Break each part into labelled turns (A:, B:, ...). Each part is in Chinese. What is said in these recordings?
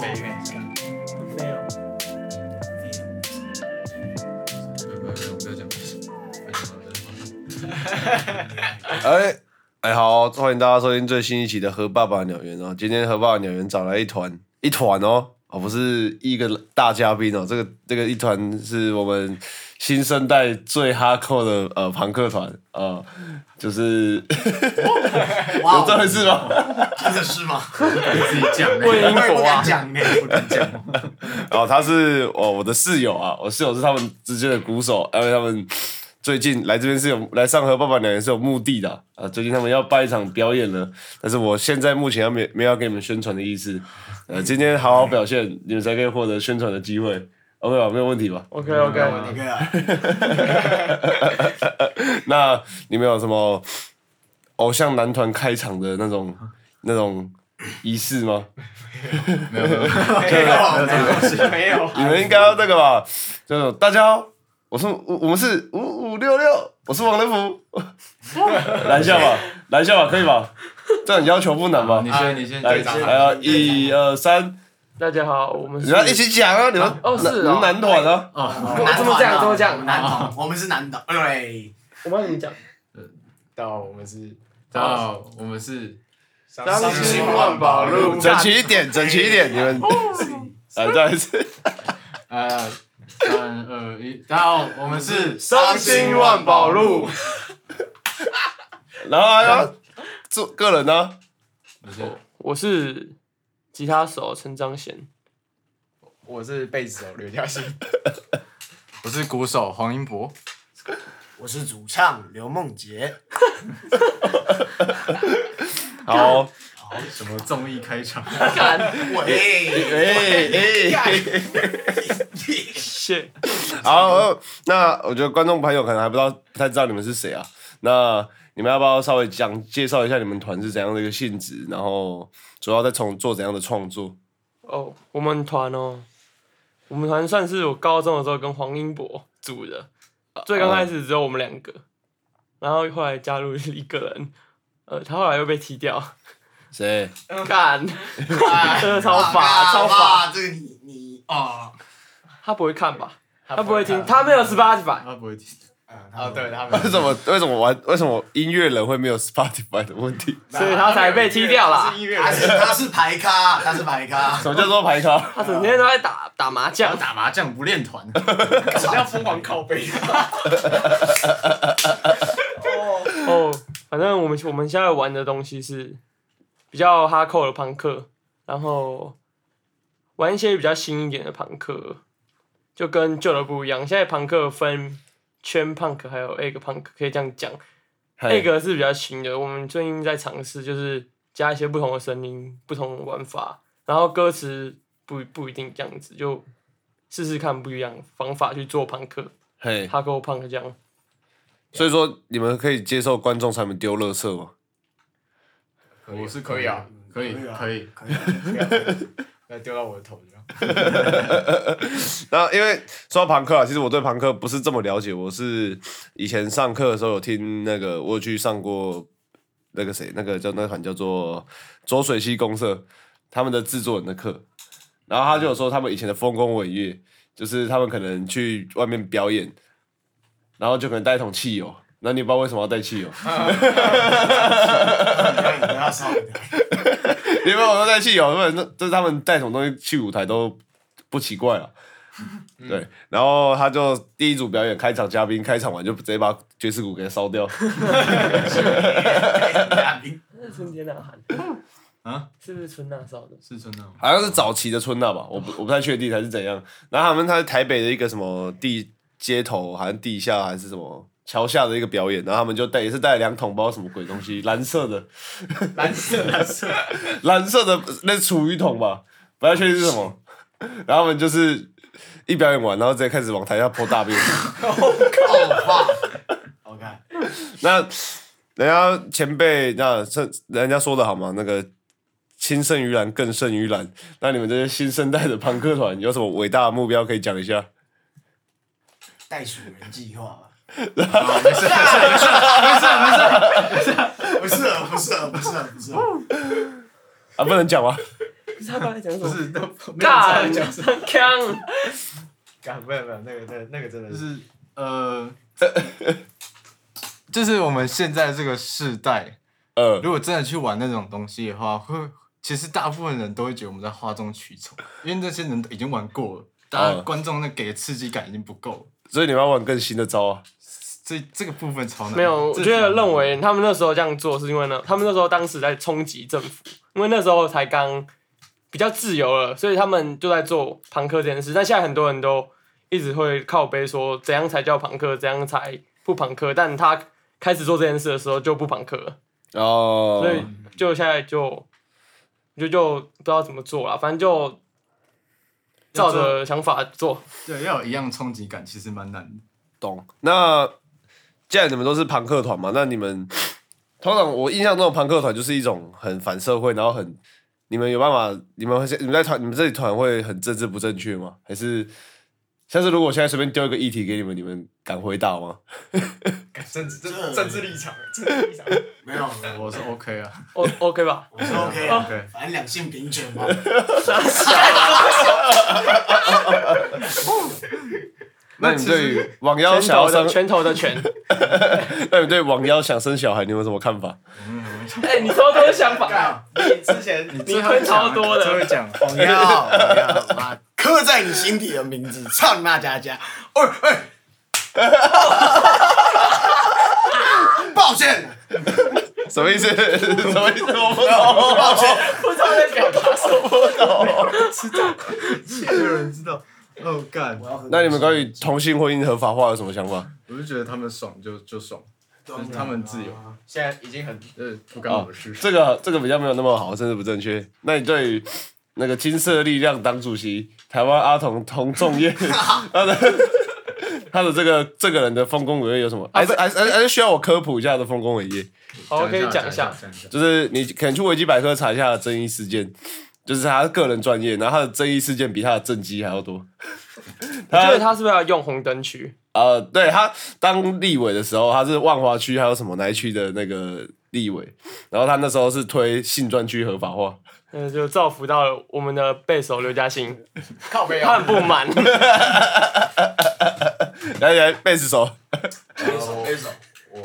A: 飞远一点。
B: 没有，
C: 没有没有，不要讲，不要讲，不要讲。
D: 哎哎好，欢迎大家收听最新一期的《和爸爸鸟园》哦。今天和爸爸鸟园找来一团一团哦，哦不是一个大嘉宾哦，这个这个一团是我们新生代最哈扣的呃朋克团啊、呃就是
A: 哇
D: 有这回事吗？
A: 真的是吗？
C: 自己讲
B: 为
A: 我
B: 因
A: 也不
B: 果
A: 敢
B: 啊，
A: 讲哎，
C: 不能讲。
D: 哦，他是哦我的室友啊，我室友是他们之间的鼓手，因为他们最近来这边是有来上河爸爸两人是有目的的啊啊，最近他们要办一场表演了，但是我现在目前还没没有要给你们宣传的意思，呃，今天好好表现，你们才可以获得宣传的机会。OK 吧，没有问题吧？
B: OK OK，
A: 那个
D: 那你们有什么偶像男团开场的那种那种仪式吗？
C: 没有没有，
A: 没有没有，
B: 没有，
D: 你们应该要那个吧？就是大家好，我是我我们是五五六六，我是王仁福，来一下吧，来一下吧，可以吧？这样要求不难吧
C: 你？先你先
D: 来，
C: 再讲。
D: 来啊，一二三，
B: 大家好，我们
D: 你
B: 是
D: 要一起讲啊！你们
B: 哦是哦
D: 你们男团啊，
C: 哎哦
A: 男
B: 这么这样这么这样
A: 男团，我们是男团，对，
B: 我帮你讲，
E: 到我们是
C: 大家好，我们是
B: 伤
A: 心
B: 万宝
A: 哦
B: 路
D: 整齐一点，整齐一点，你们来再来一次。
C: 呃三二一，大家好，我们是
B: 伤心万宝路，
D: 然后还要做个人啊呢，
C: 我是
B: 我是吉他手陈彰贤，
E: 我是贝斯手刘嘉欣，
C: 我是鼓手黄英博，
A: 我是主唱刘梦洁，
D: 好，
C: 什么综艺开场？
A: 喂，
D: 哎哎。
B: 谢，
D: 好，呃那我觉得观众朋友可能还不知道，不太知道你们是谁啊？那你们要不要稍微讲介绍一下你们团是怎样的一个性质，然后主要在从做怎样的创作？
B: 哦，我们团哦，我们团算是我高中的时候跟黄英博组的，最刚开始只有我们两个，然后后来加入一个人，呃，他后来又被踢掉，
D: 谁？
B: 干，真的超
A: 哇
B: 法超法，，
A: 哇这个你你哦，
B: 他不会看吧？
E: 他
B: 他不会嗯听，他没有 Spotify，
C: 他不会听，
E: 哦，对，他
D: 为什么为什么玩为什么音乐人会没有 Spotify 的问题？
B: 所以他才被踢掉啦
E: 他是音乐
A: 他是
E: 人，
A: 他是排咖，他是排咖，
D: 什么叫做排卡？
B: 他整天都在打打麻将，
C: 打麻将不练团，
E: 我要疯狂靠背。
B: 哦，反正我们我们现在玩的东西是比较哈扣的朋克，然后玩一些比较新一点的朋克，就跟旧的不一样。现在朋克分圈 punk 还有 egg punk，可以这样讲。egg 是比较新的，我们最近在尝试，就是加一些不同的声音、不同的玩法，然后歌词不不一定这样子，就试试看不一样的方法去做朋克、
D: 嘿，
B: 哈扣 punk 这样。
D: 所以说你们可以接受观众上面丢垃圾吗？
C: 我是可以啊，可以
A: 啊
C: 可以，
A: 可以啊，
E: 那丢到我的头上，
D: 然后因为说到朋克啊，其实我对朋克不是这么了解，我是以前上课的时候有听那个，我有去上过那个谁，那个叫那个团叫做浊水溪公社他们的制作人的课，然后他就有说他们以前的丰功伟业，就是他们可能去外面表演，然后就可能带一桶汽油，那你也不知道为什么要带汽油，
A: 你不要笑，
D: 因为我说带汽油，不然这这是他们带什么东西去舞台都不奇怪啊。对，然后他就第一组表演开场嘉宾开场完就直接把爵士鼓给烧掉，
B: 春天呐喊啊，是不是春娜烧 的？
C: 是真的吗？
D: 好像是早期的春娜吧，我不我不太确定还是怎样。然后他们他在台北的一个什么地街头，好像地下还是什么桥下的一个表演，然后他们就带也是带了两桶包什么鬼东西，蓝色的
E: 蓝色蓝色，
D: 蓝色的那厨余桶吧，不太确定是什么。然后他们就是一表演完，然后直接开始往台下泼大便。
A: 好棒，OK，
D: 那人家前辈那这人家说的好吗？那个亲胜于蓝，更胜于蓝。那你们这些新生代的朋克团有什么伟大的目标可以讲一下？
A: 袋鼠人计划。
C: 没事没事，
A: 不是不是不是不是，
D: 啊，不能讲吗？
B: 可是他刚才讲什
E: 不
B: 么？
E: 是，那没有
B: 干，
E: 在讲什么，
B: 很强，
E: 干，没有没有，那个那个那个真的
C: 就是是呃，就是我们现在这个世代，
D: 呃，
C: 如果真的去玩那种东西的话，会其实大部分人都会觉得我们在哗众取宠，因为那些人已经玩过了，大家
D: 嗯
C: 观众那给的刺激感已经不够了。
D: 所以你们要玩更新的招啊。
C: 这这个部分超难。
B: 没有，我
C: 这
B: 觉得
C: 超难
B: 认为他们那时候这样做是因为呢，他们那时候当时在冲击政府，因为那时候才刚比较自由了，所以他们就在做朋克这件事。但现在很多人都一直会靠背说怎样才叫朋克，怎样才不朋克，但他开始做这件事的时候就不朋克了，
D: 哦，
B: 所以就现在就就就不知道怎么做了，反正就照着想法 做。
C: 对要有一样冲击感，其实蛮难的。
D: 懂。那既然你们都是朋克团嘛，那你们通常我印象中的朋克团就是一种很反社会，然后很你们有办法，你们会你们在团你们这里团会很政治不正确吗？还是下次如果我现在随便丢一个议题给你们，你们敢回答吗？
E: 干政治
A: 这
E: 政政治立场，政治立场。
A: 没有，
C: 我是 OK 啊
B: O 哦 OK 吧？
A: 我是 OK 啊，
C: ，OK，
A: 反正两性平权嘛。
D: 那你对于网妖
B: 拳
D: 想
B: 头
D: 要
B: 的
D: 生，
B: 拳头的 拳。
D: 那你对网妖想生小孩，你有什么看法？
B: 哎、你超多想法。
E: 干，你之前你
B: 你喷超多
C: 就
B: 的，
C: 会讲
A: 我要，我要，妈，刻在你心底的名字，唱那家家。哎哎，抱歉，
D: 什么意思？什么意思？我不懂。
A: 抱歉，
B: 不知道在表达什么。
C: 没 有人知道。哦干，
A: 我要喝。
D: 那你们关于同性婚姻合法化有什么想法？
C: 我就觉得他们爽就就爽，
A: 当然啊
C: 他们自由
E: 现在已经很
C: 呃，不干我的事。
D: 这个这个比较没有那么好，甚至不正确。那你对于那个金色力量党主席台湾阿童童 仲彦他的他的这个这个人的丰功伟业有什么？
B: 啊
D: 还是还是还是需要我科普一下的丰功伟业？
B: 好，我可以讲一下，
C: 讲一下。
D: 就是你可能去维基百科查一下争议事件，就是他个人专业，然后他的争议事件比他的政绩还要多。
B: 我觉得他是不是要用红灯区？
D: 呃，对他当立委的时候，他是万华区还有什么哪一区的那个立委，然后他那时候是推性专区合法化。
B: 嗯，就造福到了我们的背手刘嘉欣，
E: 靠背
B: 他
E: 啊
B: 很，不 满。
D: 来来，贝斯手，
E: 背手，我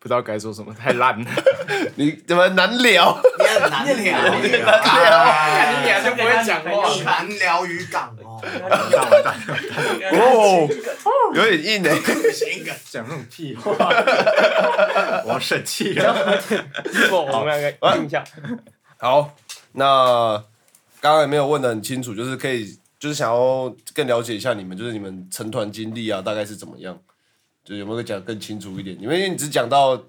C: 不知道该说什么，太烂了。
D: 你怎么难聊？
A: 你很难聊，你很
D: 难聊
E: 看你俩就不会讲
A: 你
E: 话，
A: 难聊渔港哦，
D: 哦，有点硬哎、
A: 不行个。
C: 讲那种屁话，我要生气了。
B: 我我们两个定一下，
D: 好，那刚刚也没有问的很清楚，就是可以，就是想要更了解一下你们，就是你们成团经历啊，大概是怎么样？就是有没有讲更清楚一点？你们因为你只讲到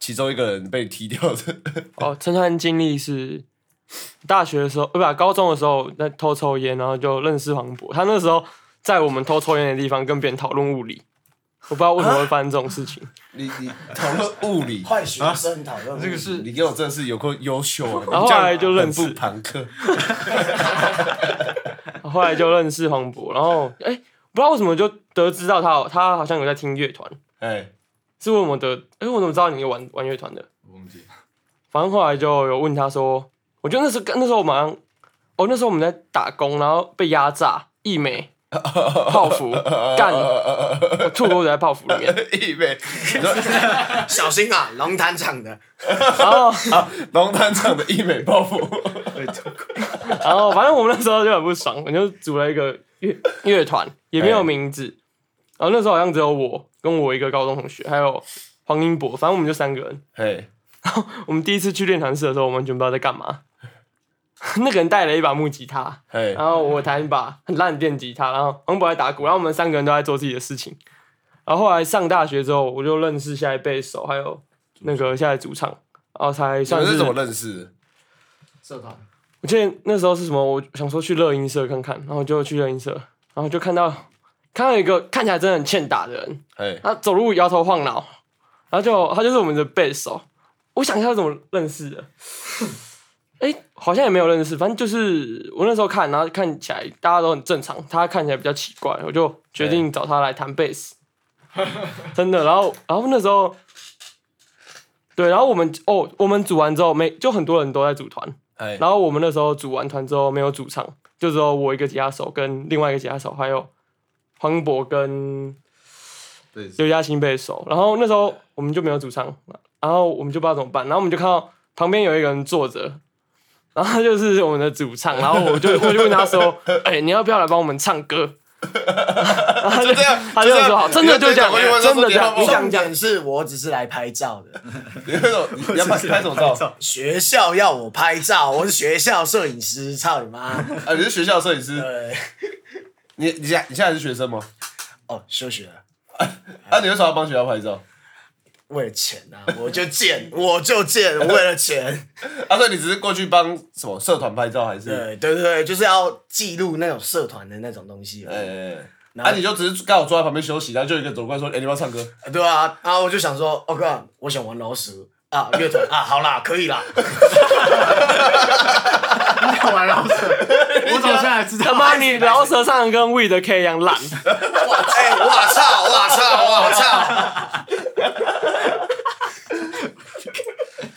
D: 其中一个人被踢掉 的，
B: 哦，陈川经历是大学的时候，呃不、高中的时候在偷抽烟，然后就认识黄渤。他那时候在我们偷抽烟的地方跟别人讨论物理，我不知道为什么会发生这种事情。
D: 你你讨论物理，
A: 坏学生讨论
C: 这个是
D: 你给我真的是有够优秀啊！
B: 然后后来就认识
D: 你这样很不朋克，
B: 后来就认识黄渤，然后哎、不知道为什么就得知到他有，他好像有在听乐团。
D: 哎，
B: 是问我的，哎、我怎么知道你玩玩乐团的？
C: 我忘记，
B: 反正后来就有问他说，我觉得那时候那时候我马上，哦，那时候我们在打工，然后被压榨，一美泡芙干，我吐口水在泡芙里面，
D: 一妹，
A: 小心啊，龙潭厂的，
B: 然后
D: 龙潭厂的一美报复。
B: 然后哦反正我们那时候就很不爽，我就组了一个乐乐团，也没有名字，
D: 哎
B: 然后那时候好像只有我跟我一个高中同学，还有黄英博，反正我们就三个人，
D: 嘿，
B: 我们第一次去练团室的时候，我们完全不知道在干嘛。 那个人带了一把木吉他，
D: 嘿，
B: 然后我弹一把很烂的电吉他，然后王博在打鼓，然后我们三个人都在做自己的事情。然后后来上大学之后，我就认识下一贝手，还有那个下一主唱，然后才
D: 你
B: 算
D: 们
B: 是
D: 是怎么认识的？
E: 社团
B: 我记得那时候是什么，我想说去乐音社看看，然后就去乐音社，然后就看到看到一个看起来真的很欠打的人，
D: 嘿，
B: 他走路摇头晃脑，然后就他就是我们的贝手。我想一下怎么认识的，哎、好像也没有认识，反正就是我那时候看，然后看起来大家都很正常，他看起来比较奇怪，我就决定找他来弹贝斯，真的。然后然后那时候对，然后我们哦，我们组完之后，每就很多人都在组团，
D: 哎，
B: 然后我们那时候组完团之后没有主唱，就只有我一个吉他手跟另外一个吉他手，还有黄渤跟
C: 对，
B: 刘嘉欣贝斯手。然后那时候我们就没有主唱，然后我们就不知道怎么办，然后我们就看到旁边有一个人坐着。然后他就是我们的主唱，然后我就我就问他说：“哎、你要不要来帮我们唱歌？”
D: 就这样，
B: 他就
D: 这样
B: 说好真的就这样
D: 你会
B: 真的这样
D: 你
B: 你
D: 想
B: 想
A: 重 点是我只是来拍照的，
D: 你会说 你要拍拍什么照？
A: 学校要我拍照，我是学校摄影师，操你妈！
D: 啊，你是学校摄影师，
A: 对，
D: 你你现在你现在还是学生吗？
A: 哦，休学了，
D: 啊，你为什么要帮学校拍照？
A: 为了钱啊，我就 贱，我就贱，为了钱。
D: 啊，所以你只是过去帮什么社团拍照还是？
A: 对对对对，就是要记录那种社团的那种东西。
D: 哎
A: 哎，
D: 哎，哎
A: 然后
D: 啊，你就只是刚好坐在旁边休息，然后就有一个走过来说：“哎，你要不要唱歌
A: 对啊，然后我就想说，哦哥，我想玩老鼠啊，乐团啊，好啦，可以啦。
C: 玩老舍，我总算来知道
B: 他妈，你饶舌唱得跟 We 的 K 一样 烂，
D: 啊
A: 哎，我操，我操，我操！？”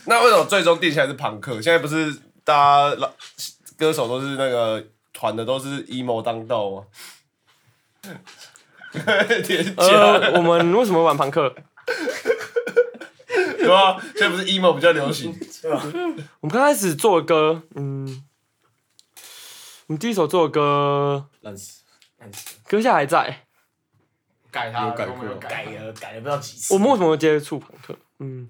D: 那为什么最终定下来是朋克？现在不是大家老歌手都是那个团的都是 emo 当道吗？廉价
B: 呃，我们为什么玩朋克？
D: 对吧？现在不是 emo 比较流行，
B: 我们刚开始做的歌，嗯，我们第一首做的歌，
D: 烂死。
B: 歌下还在。
E: 改他，
D: 有改
E: 都没有
D: 过
A: 改
E: 改
A: 了，改了不知道几次。
B: 我们为什么会接触朋克？嗯，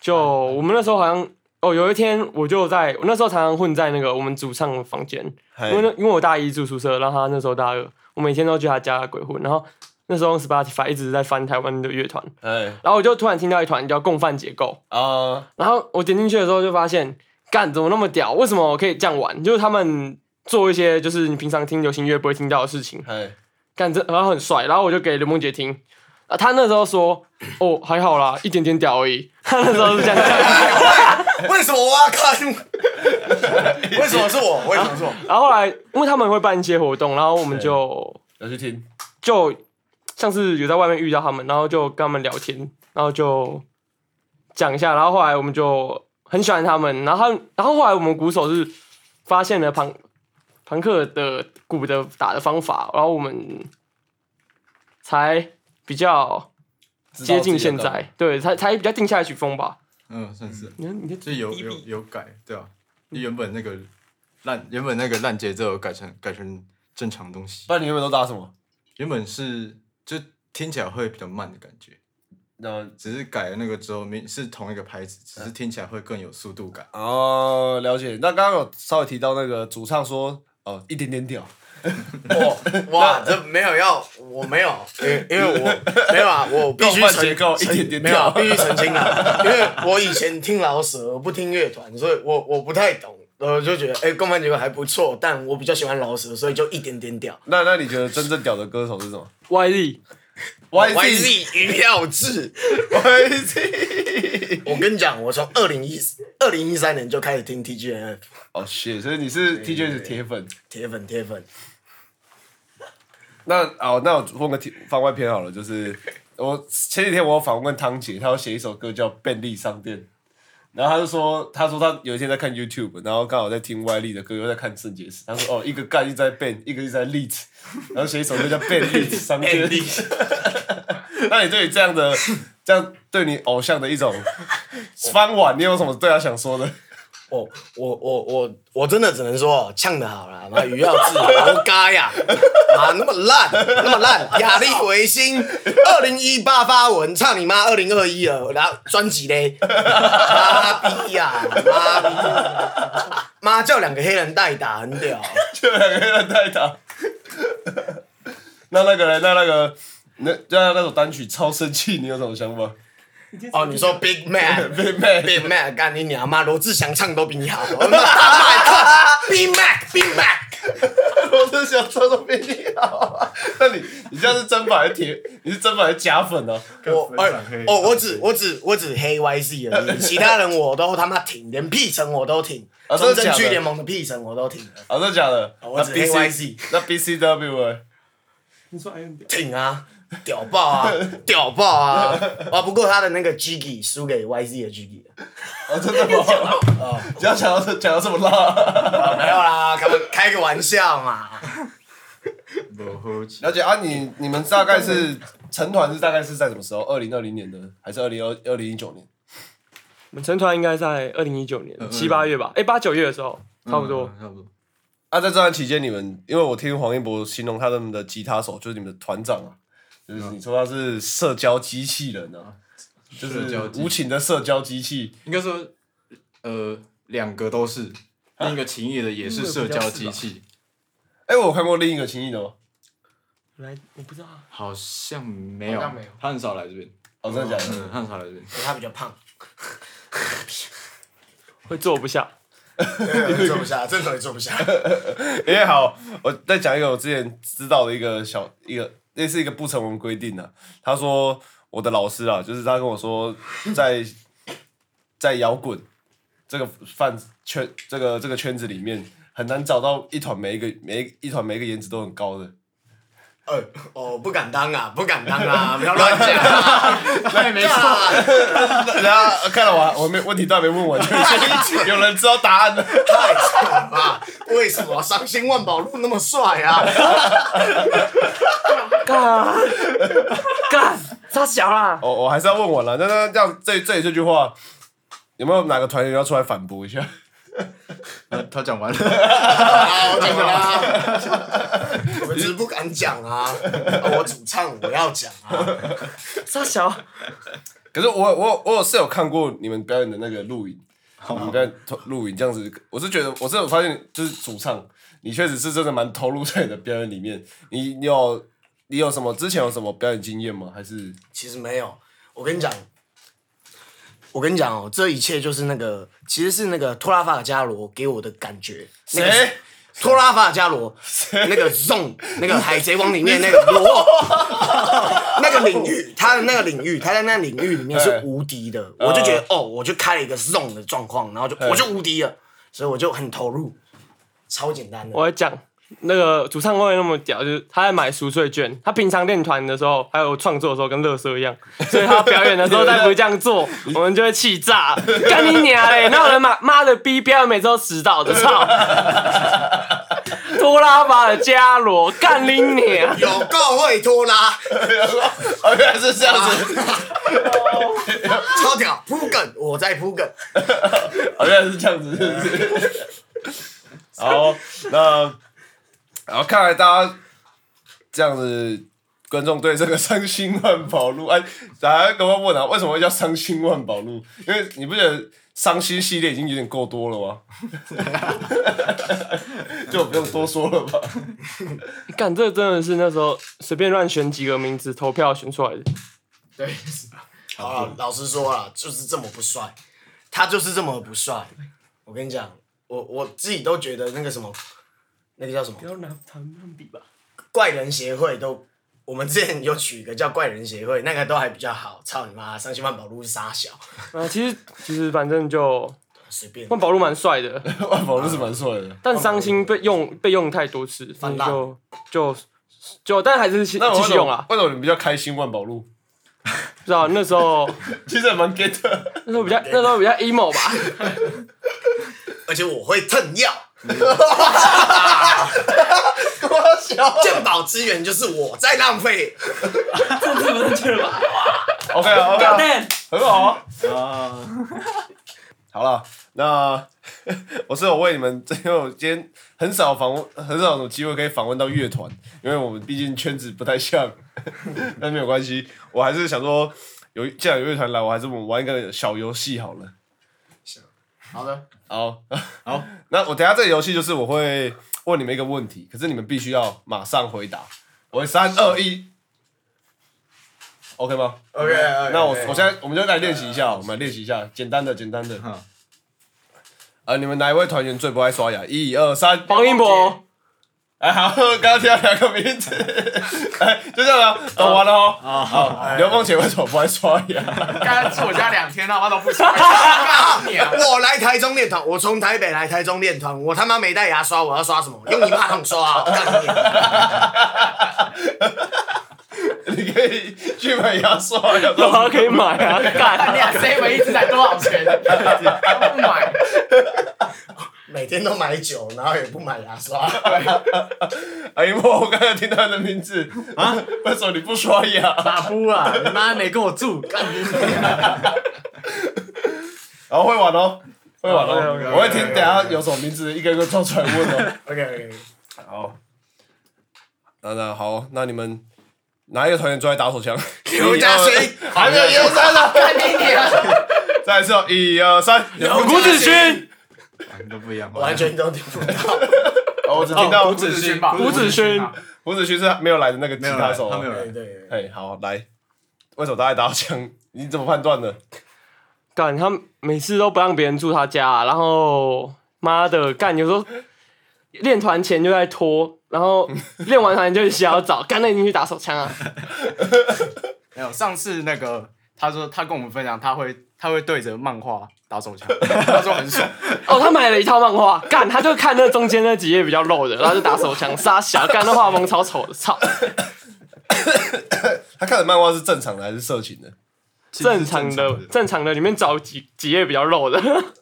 B: 就我们那时候好像，哦，有一天我就在，我那时候常常混在那个我们主唱的房间，
D: 哎
B: 因为那因为我大一住宿舍，然后他那时候大二，我每天都去他家鬼混，然后那时候用 Spotify 一直在翻台湾的乐团，
D: 哎
B: 然后我就突然听到一团叫共犯结构。
D: 啊，
B: 然后我点进去的时候就发现，干怎么那么屌？为什么我可以这样玩？就是他们做一些就是你平常听流行音乐不会听到的事情，
D: 哎
B: 干这然后很帅。然后我就给刘梦洁听，啊，他那时候说， 哦，还好啦，一点点屌而已。 他那时候是这样讲。
A: 为什么我要看？ 为什么是我？为什么是我？
B: 然后后来，因为他们会办一些活动，然后我们就
D: 要去听。
B: 就像是有在外面遇到他们，然后就跟他们聊天，然后就讲一下，然后后来我们就很喜欢他们，然后他们然后后来我们鼓手是发现了庞庞克的鼓的打的方法，然后我们才比较
D: 知道
B: 接近
D: 自己
B: 现
D: 要干嘛
B: 在，对，才才比较定下来曲风吧。
C: 嗯，算是，
B: 你看，你看，
C: 就有有有改，对啊，你原本那个烂原本那个烂节奏改成改成正常东西
D: 不，然你原本都打什么？
C: 原本是就听起来会比较慢的感觉，
D: 那
C: 只是改了那个之后，明是同一个拍子，只是听起来会更有速度感。
D: 哦，了解。那刚刚有稍微提到那个主唱说，哦，一点点屌，哦
A: 我哇，这没有要，我没有，因为因为 我没有啊，我必须
D: 动漫
A: 澄
D: 结构
A: 澄
D: 一点点
A: 没有啊，
D: 跳
A: 必须澄清啊， 因为我以前听老舍，我不听乐团，所以我我不太懂，我就觉得哎，共犯结构还不错，但我比较喜欢老舍，所以就一点点屌。
D: 那那你觉得真正屌的歌手是什么
B: YZ
D: 哦
A: YZ 于耀志，
D: YZ。
A: 我跟你讲，我从二零一二零一三年就开始听 TGNF，
D: 哦，shit，所以你是 TJ 的铁粉。
A: 铁粉铁粉，
D: 那哦，那我问个题番外篇好了，就是我前几天我有访问汤姐，她要写一首歌叫《便利商店》，然后她就说，她说她有一天在看 YouTube，然后刚好在听歪力的歌，又在看圣洁史，她说哦，一个干一直在 Ben，一个一直在 Lit，然后写一首歌叫《便利商
A: 哎
D: 店》。 那你对于这样的这样对你偶像的一种翻碗，你有什么对他想说的？
A: 我哦我我我我真的只能说哦呛的好啦，妈于耀志活该呀，妈那么烂那么烂，亚力维新二零一八发文，操你妈二零二一了，然后专辑嘞，妈逼呀妈逼呀，妈叫两个黑人代打很屌，
D: 就两个人太打。那那个嘞，那那个，那那那首单曲《超生气》，你有什么想法？
A: 哦你说 Big Man。
D: 被妹
A: Big Mac，干你娘妈！罗志祥唱都比你好，我他妈的 Big Mac，Big Mac，
D: 罗志祥唱的比你好啊！那你你这样是真版的铁，你是真版的假粉哦、
A: 我哎
C: 分享黑
A: 哦，我只我只我只黑 YZ 而已，其他人我都他妈挺，连 P 城我都挺，
D: 啊真
A: 中
D: 的假的
A: 正区联盟的 P 城我都挺，
D: 啊，真的假的？
A: 我
D: 那
A: 只
D: B C
A: AYZ
D: 那 B C W 哎、
B: 你说 I N 屌，
A: 挺啊，屌爆啊，屌爆啊！啊，不过他的那个 Jiggy 输给 YZ 的 Jiggy 了
D: 啊
C: 哦，真的吗？只要讲到这，讲到这么辣，
A: 啊没有啦，开个 开个玩笑嘛。
C: 不好奇。
D: 了解啊，你你们大概是成团是大概是在什么时候？二零二零年的还是二零二二零一九年？
B: 我们成团应该在二零一九年七八月吧，哎八九月的时候，差不多。
C: 嗯差不多。
D: 啊，在这段期间，你们因为我听黄一博形容他们的吉他手就是你们的团长啊，就是你说他是社交机器人啊，就是
C: 社交机
D: 无情的社交机器。
C: 应该说，呃，两个都是，另一个情谊的也是社交机器，
D: 哎、我有看过另一个情谊的哦吗？
B: 来，我不知道啊，
C: 好像没有，
E: 好像没有
C: 他很少来这边，
D: 哦，真的假的？
C: 嗯，他很少来这边，
A: 他比较 胖，
B: 会坐不下。
A: 坐不下，真的坐不 下。
D: 因为好，我再讲一个我之前知道的一个小一个，类似一个不成文规定啊。他说我的老师啊，就是他跟我说，在 在摇滚这个范圈这个这个圈子里面，很难找到一团每一个每一一团每一个颜值都很高的。
A: 呃，哦，不敢当啊，不敢当啊，不要乱讲啊。那也没错，
D: 然后看了我，我没问题都还没问我，就已经有人知道答案 了。
A: 太扯了吧。为什么伤心万宝路那么帅啊？
B: 干干，他小啦。
D: 我我还是要问我了。那那这样这这这句话，有没有哪个团员要出来反驳一下？
C: 呃他讲完了，
A: 啊，我讲了啊，我只是不敢讲啊。啊我主唱，我要讲啊。
B: 沙小，
D: 可是我我我是有看过你们表演的那个录影，你们表演录影这样子，我是觉得我是有发现，就是主唱，你确实是真的蛮投入在你的表演里面。你你有你有什么之前有什么表演经验吗？还是
A: 其实没有，我跟你讲，我跟你讲哦，这一切就是那个，其实是那个托拉法加罗给我的感觉。那个
D: 谁？
A: 托拉法加罗，那个 zone，那个海贼王里面那个罗，那个领域，他的那个领域，他在那领域里面是无敌的。我就觉得哦，我就开了一个 zone 的状况，然后就我就无敌了，所以我就很投入，超简单的。
B: 我来讲那个主唱会那么屌，就是他在买赎罪券，他平常练团的时候，还有创作的时候跟乐色 一样，所以他表演的时候再不这样 做，我们就会气炸，干你娘嘞！那有人妈妈的逼标每周迟到的，操！拖拉法的伽罗，干你娘！
A: 有够会拖拉，
D: 哦，原来是这样子，
A: 超屌，铺梗，我在铺梗。
D: 哦，原来是这样子，是不是？ 好，那然后看来大家这样子。观众对这个伤心万宝路，哎，大家跟我问啊，为什么会叫伤心万宝路？因为你不觉得伤心系列已经有点够多了 吗？就不用多说了吧。
B: 干，这真的是那时候随便乱选几个名字投票选出来的。
E: 对，
A: 好了，老实说了，就是这么不帅，他就是这么不帅。我跟你讲，我我自己都觉得那个什么，那个叫什么
B: 要拿他们比吧。
A: 怪人协会都，我们之前有取一个叫怪人协会，那个都还比较好。操你妈，伤心万宝路是傻小，
B: 啊，其实其实反正就
A: 随便
B: 万宝路蛮帅 的，
D: 万宝路是蛮帅的。
B: 但伤心被用被用太多次，所以
A: 烂
B: 就就就，但还是继
D: 那我
B: 继
D: 为
B: 续
D: 什
B: 用
D: 么
B: 啦。
D: 为什么你比较开心万宝路？
B: 不知道那时 候
D: 其实还蛮 get 的。
B: 那时候比较那时候比较 emo 吧，
A: 而且我会蹭药。
E: 嗯
A: 鉴宝资源就是我在浪费，
D: OK 啊，OK 啊。
B: 但
D: 很好啊。
C: 啊，
D: 好了，那 我是有为你们，因为我今天很少访问，很少有机会可以访问到乐团，因为我们毕竟圈子不太像， 但没有关系，我还是想说，有既然有乐团来，我还是我们玩一个小游戏好了。
E: 好的，
D: 好，
C: 好，
D: 那我等一下这个游戏就是我会问你们一个问题，可是你们必须要马上回答。我会三二一，OK 吗
A: OK，
D: 那我我现在我们就来练习一下，我们来练习一下，简单的简单的。
C: 好
D: 呃，你们哪一位团员最不爱刷牙？一二三，
B: 黄英博
D: 哎，好，刚刚听到两个名字， 哎，就这样了，懂完了哦。好好，刘梦姐为什么不爱刷牙？
E: 刚刚住我家两天，他妈都不行，干你啊！
A: 我来台中练团，我从台北来台中练团，我他妈没带牙刷，我要刷什么？用你马桶刷啊！我干你！
D: 你可以去买牙刷呀。
B: 有啊，可以买啊，
E: 看
B: 干
E: 你俩 seven 一直在多少钱，还不买？
A: 每天都买酒，然后也不买牙刷。
D: 阿姨啊莫，我刚才听到你的名字啊， 为什么你不刷牙？
E: 打不啊！你妈没跟我住，干你！
D: 然后会玩哦，会玩哦，
B: OK，OK，OK，OK，OK
D: 我会听等一下有什么名字一个一个叫出来问 哦。
A: OK OK，
D: 好，那那好，那你们哪一个团员最爱打手枪？
A: 刘嘉欣
D: 一二还没有一二三了，
E: 干你娘！
D: 再来一次哦，一二三，
A: 刘
B: 胡子 勋，
C: 完都不一样。
A: 完全都听不到。
D: 哦，我只听到
C: 哦
D: 胡
C: 胡子
D: 子
C: 勋
D: 勋，
E: 吧，
B: 胡子勋
D: 胡子勋是没有来的那个吉
C: 没有
D: 他
C: 来，
D: 手
C: 他没有
D: 哦。
A: 对
C: 来。
A: 对，对
D: 哎，好，来，为什么大家打手枪？你怎么判断的？
B: 干他每次都不让别人住他家，啊然后妈的干，有时候练团前就在拖，然后练完团就想要找，干那一定去打手枪啊！
E: 没有，上次那个他说他跟我们分享，他会他会对着漫画打手枪，他说很爽。
B: 哦，他买了一套漫画，干他就看那中间那几页比较露的，然后就打手枪杀小，干那画风超丑的，操！
D: 他看的漫画是正常的还是色情的？
B: 正常的正常的里面找几几页比较露的，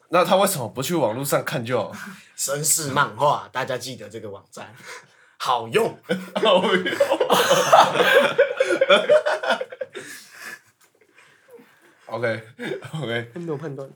D: 那他为什么不去网络上看就好？
A: 绅士漫画，大家记得这个网站，好用。
D: OK OK，
B: 没有判断。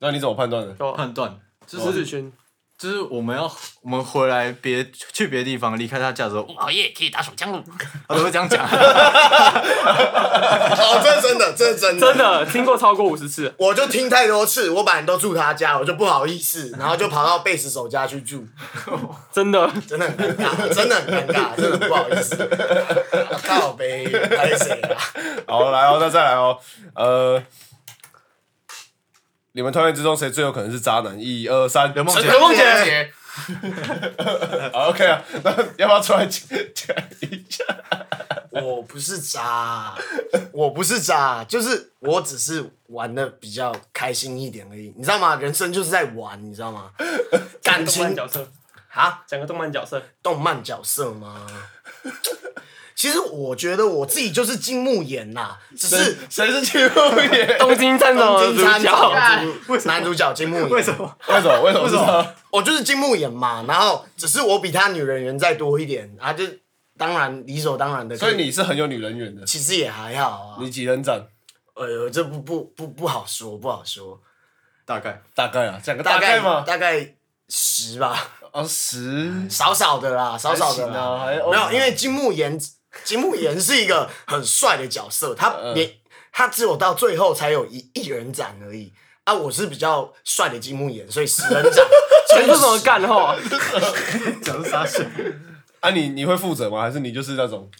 D: 那你怎么判断的？
B: 有
C: 判断，就
B: 胡
E: 哦
B: 子
C: 是
B: 哦勋，
C: 就是我们要我们回来别去别的地方离开他家的时候，哇耶，可以打手枪了，他都会这样 讲。
A: 哦，这是真的，这是真的。
B: 真的听过超过五十次，
A: 我就听太多次，我本来都住他家，我就不好意思，然后就跑到贝斯手家去住，
B: 真的
A: 真的很尴尬，真的很尴尬，真的不好意思。靠呗，拍谁啊？
D: 好，来哦，那再来哦，呃，你们团员之中谁最有可能是渣男？一二三，
C: 刘梦洁
A: 刘梦洁
E: 姐，
D: 好，OK 啊，那要不要出来讲讲一下？
A: 我不是渣，我不是渣，就是我只是玩的比较开心一点而已，你知道吗？人生就是在玩，你知道吗？感
B: 动漫
A: 情
B: 角色，
A: 啊，
B: 讲个动漫角色，
A: 动漫角色吗？其实我觉得我自己就是金木研呐，只是
D: 谁是去后野？
B: 东京战斗的
A: 金
B: 主
A: 参
B: 角，
A: 男主角金木研，
E: 为什么？
D: 为什么？为什么？为什么？
A: 我哦就是金木研嘛，然后只是我比他女人缘再多一点，啊，就当然理所当然的。
D: 所以你是很有女人缘的，
A: 其实也还好啊，
D: 你几人斩？
A: 呃，这不不不不好说，不好说，
C: 大概
D: 大概啊，讲个
A: 大概
D: 概嘛，
A: 大概十吧，
D: 哦，十，
A: 少少的啦，少少的
D: 还行
A: 啦，
D: 啊，还
A: 没有，因为金木研，金木研是一个很帅的角色，他
D: 嗯
A: 连他只有到最后才有一一人斩而已。啊，我是比较帅的金木研，所以十人 斩。所以
B: 全部怎么干吼？
C: 讲是啥事？
D: 啊，你你会负责吗？还是你就是那种？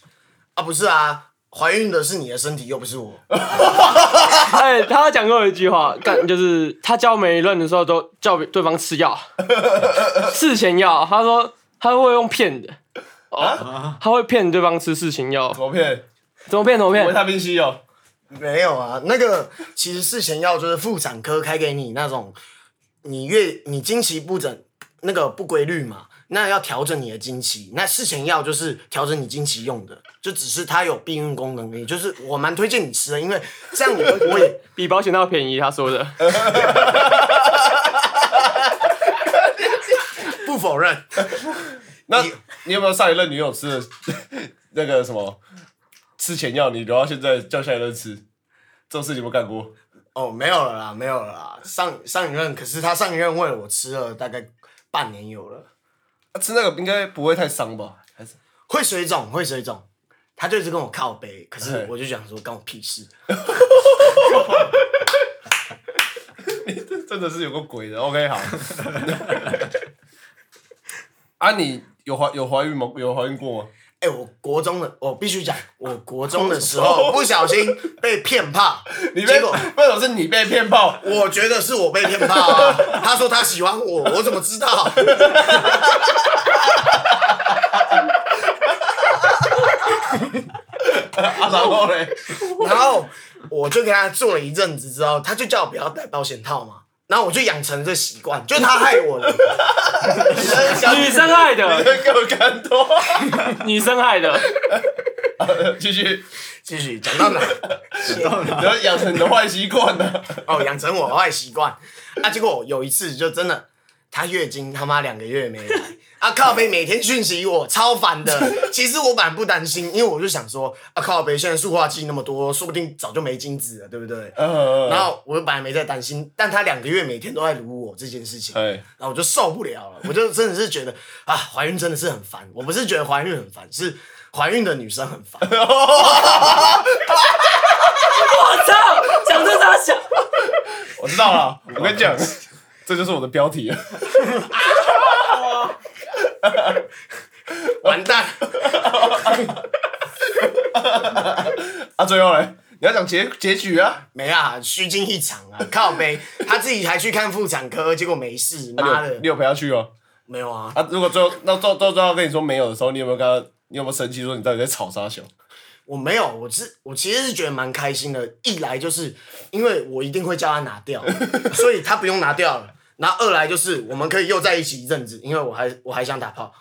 A: 啊，不是啊，怀孕的是你的身体，又不是我。
B: 哎，他讲过一句话，干就是他教每一任的时候都叫对方吃药， 事前药，他说他会用骗的，
A: 啊
B: 哦，他会骗对方吃事情药
D: 怎，么骗？
B: 怎么骗怎么
D: 维
B: 骗？
D: 他命 C 哦，
A: 没有啊，那个其实事前药就是妇产科开给你那种，你月你经期不整那个不规律嘛，那要调整你的经期。那事前药就是调整你经期用的，就只是它有避孕功能而已。就是我蛮推荐你吃的，因为这样你会我也
B: 比保险套便宜，他说 的，
A: 不否认。
D: 那
A: 你
D: 你有没有上一任女友吃 的那个什么吃前药，你留到现在叫下一任吃？这种事情有没有干过？
A: 哦，没有了啦，没有了啦。上上一任，可是他上一任为了我吃了大概半年有了，
D: 啊吃那个应该不会太伤吧？还是
A: 会水肿，会水肿。他就一直跟我靠背，可 是
D: 嘿
A: 我就想说，干我屁事。
D: 真的是有个鬼的？OK，好。 啊，你有怀有怀孕吗？有怀孕过吗？
A: 哎、我国中的，我必须讲，我国中的时候不小心被骗怕，
D: 你
A: 结
D: 被
A: 果
D: 为什么是你被骗炮？
A: 我觉得是我被骗怕啊。他说他喜欢我，我怎么知道？
D: 啊，然后嘞，
A: 然后我就跟他做了一阵子之后，他就叫我不要戴保险套嘛。然后我就养成这习惯，就是他害 我的。
B: 女生害的，
D: 给我看多。
B: 女生害的，
D: 继续，
A: 继续讲到哪？
D: 然后养成你的坏习惯呢。
A: 哦，养成我的坏习惯啊！结果有一次就真的，她月经他妈两个月没来啊！靠背每天讯息我，超烦的。其实我本来不担心，因为我就想说啊，靠背现在塑化剂那么多，说不定早就没精子了，对不对？
D: 呃
A: 然后我本来没在担心，但她两个月每天都在撸我这件事情，
D: 哎，
A: 然后我就受不了了，我就真的是觉得啊，怀孕真的是很烦。我不是觉得怀孕很烦，是怀孕的女生很烦。
B: 我操，讲这啥想？
D: 我知道了，我跟你讲，这就是我的标题了。
A: 完蛋，
D: 啊，最后嘞，你要讲结结局啊？
A: 没啊，虚惊一场 啊，靠背，她自己还去看妇产科，结果没事，
D: 啊
A: 妈
D: 你有
A: 的
D: 你，有陪他去哦。
A: 没有啊，
D: 啊，如果最后那到到最后跟你说没有的时候，你有没有跟他？你有没有生气说你到底在吵 啥小？
A: 我没有，我是我其实是觉得蛮开心的。一来就是因为我一定会叫她拿 掉，所以她不用拿掉了。然后二来就是我们可以又在一起一阵子，因为我还我还想打炮。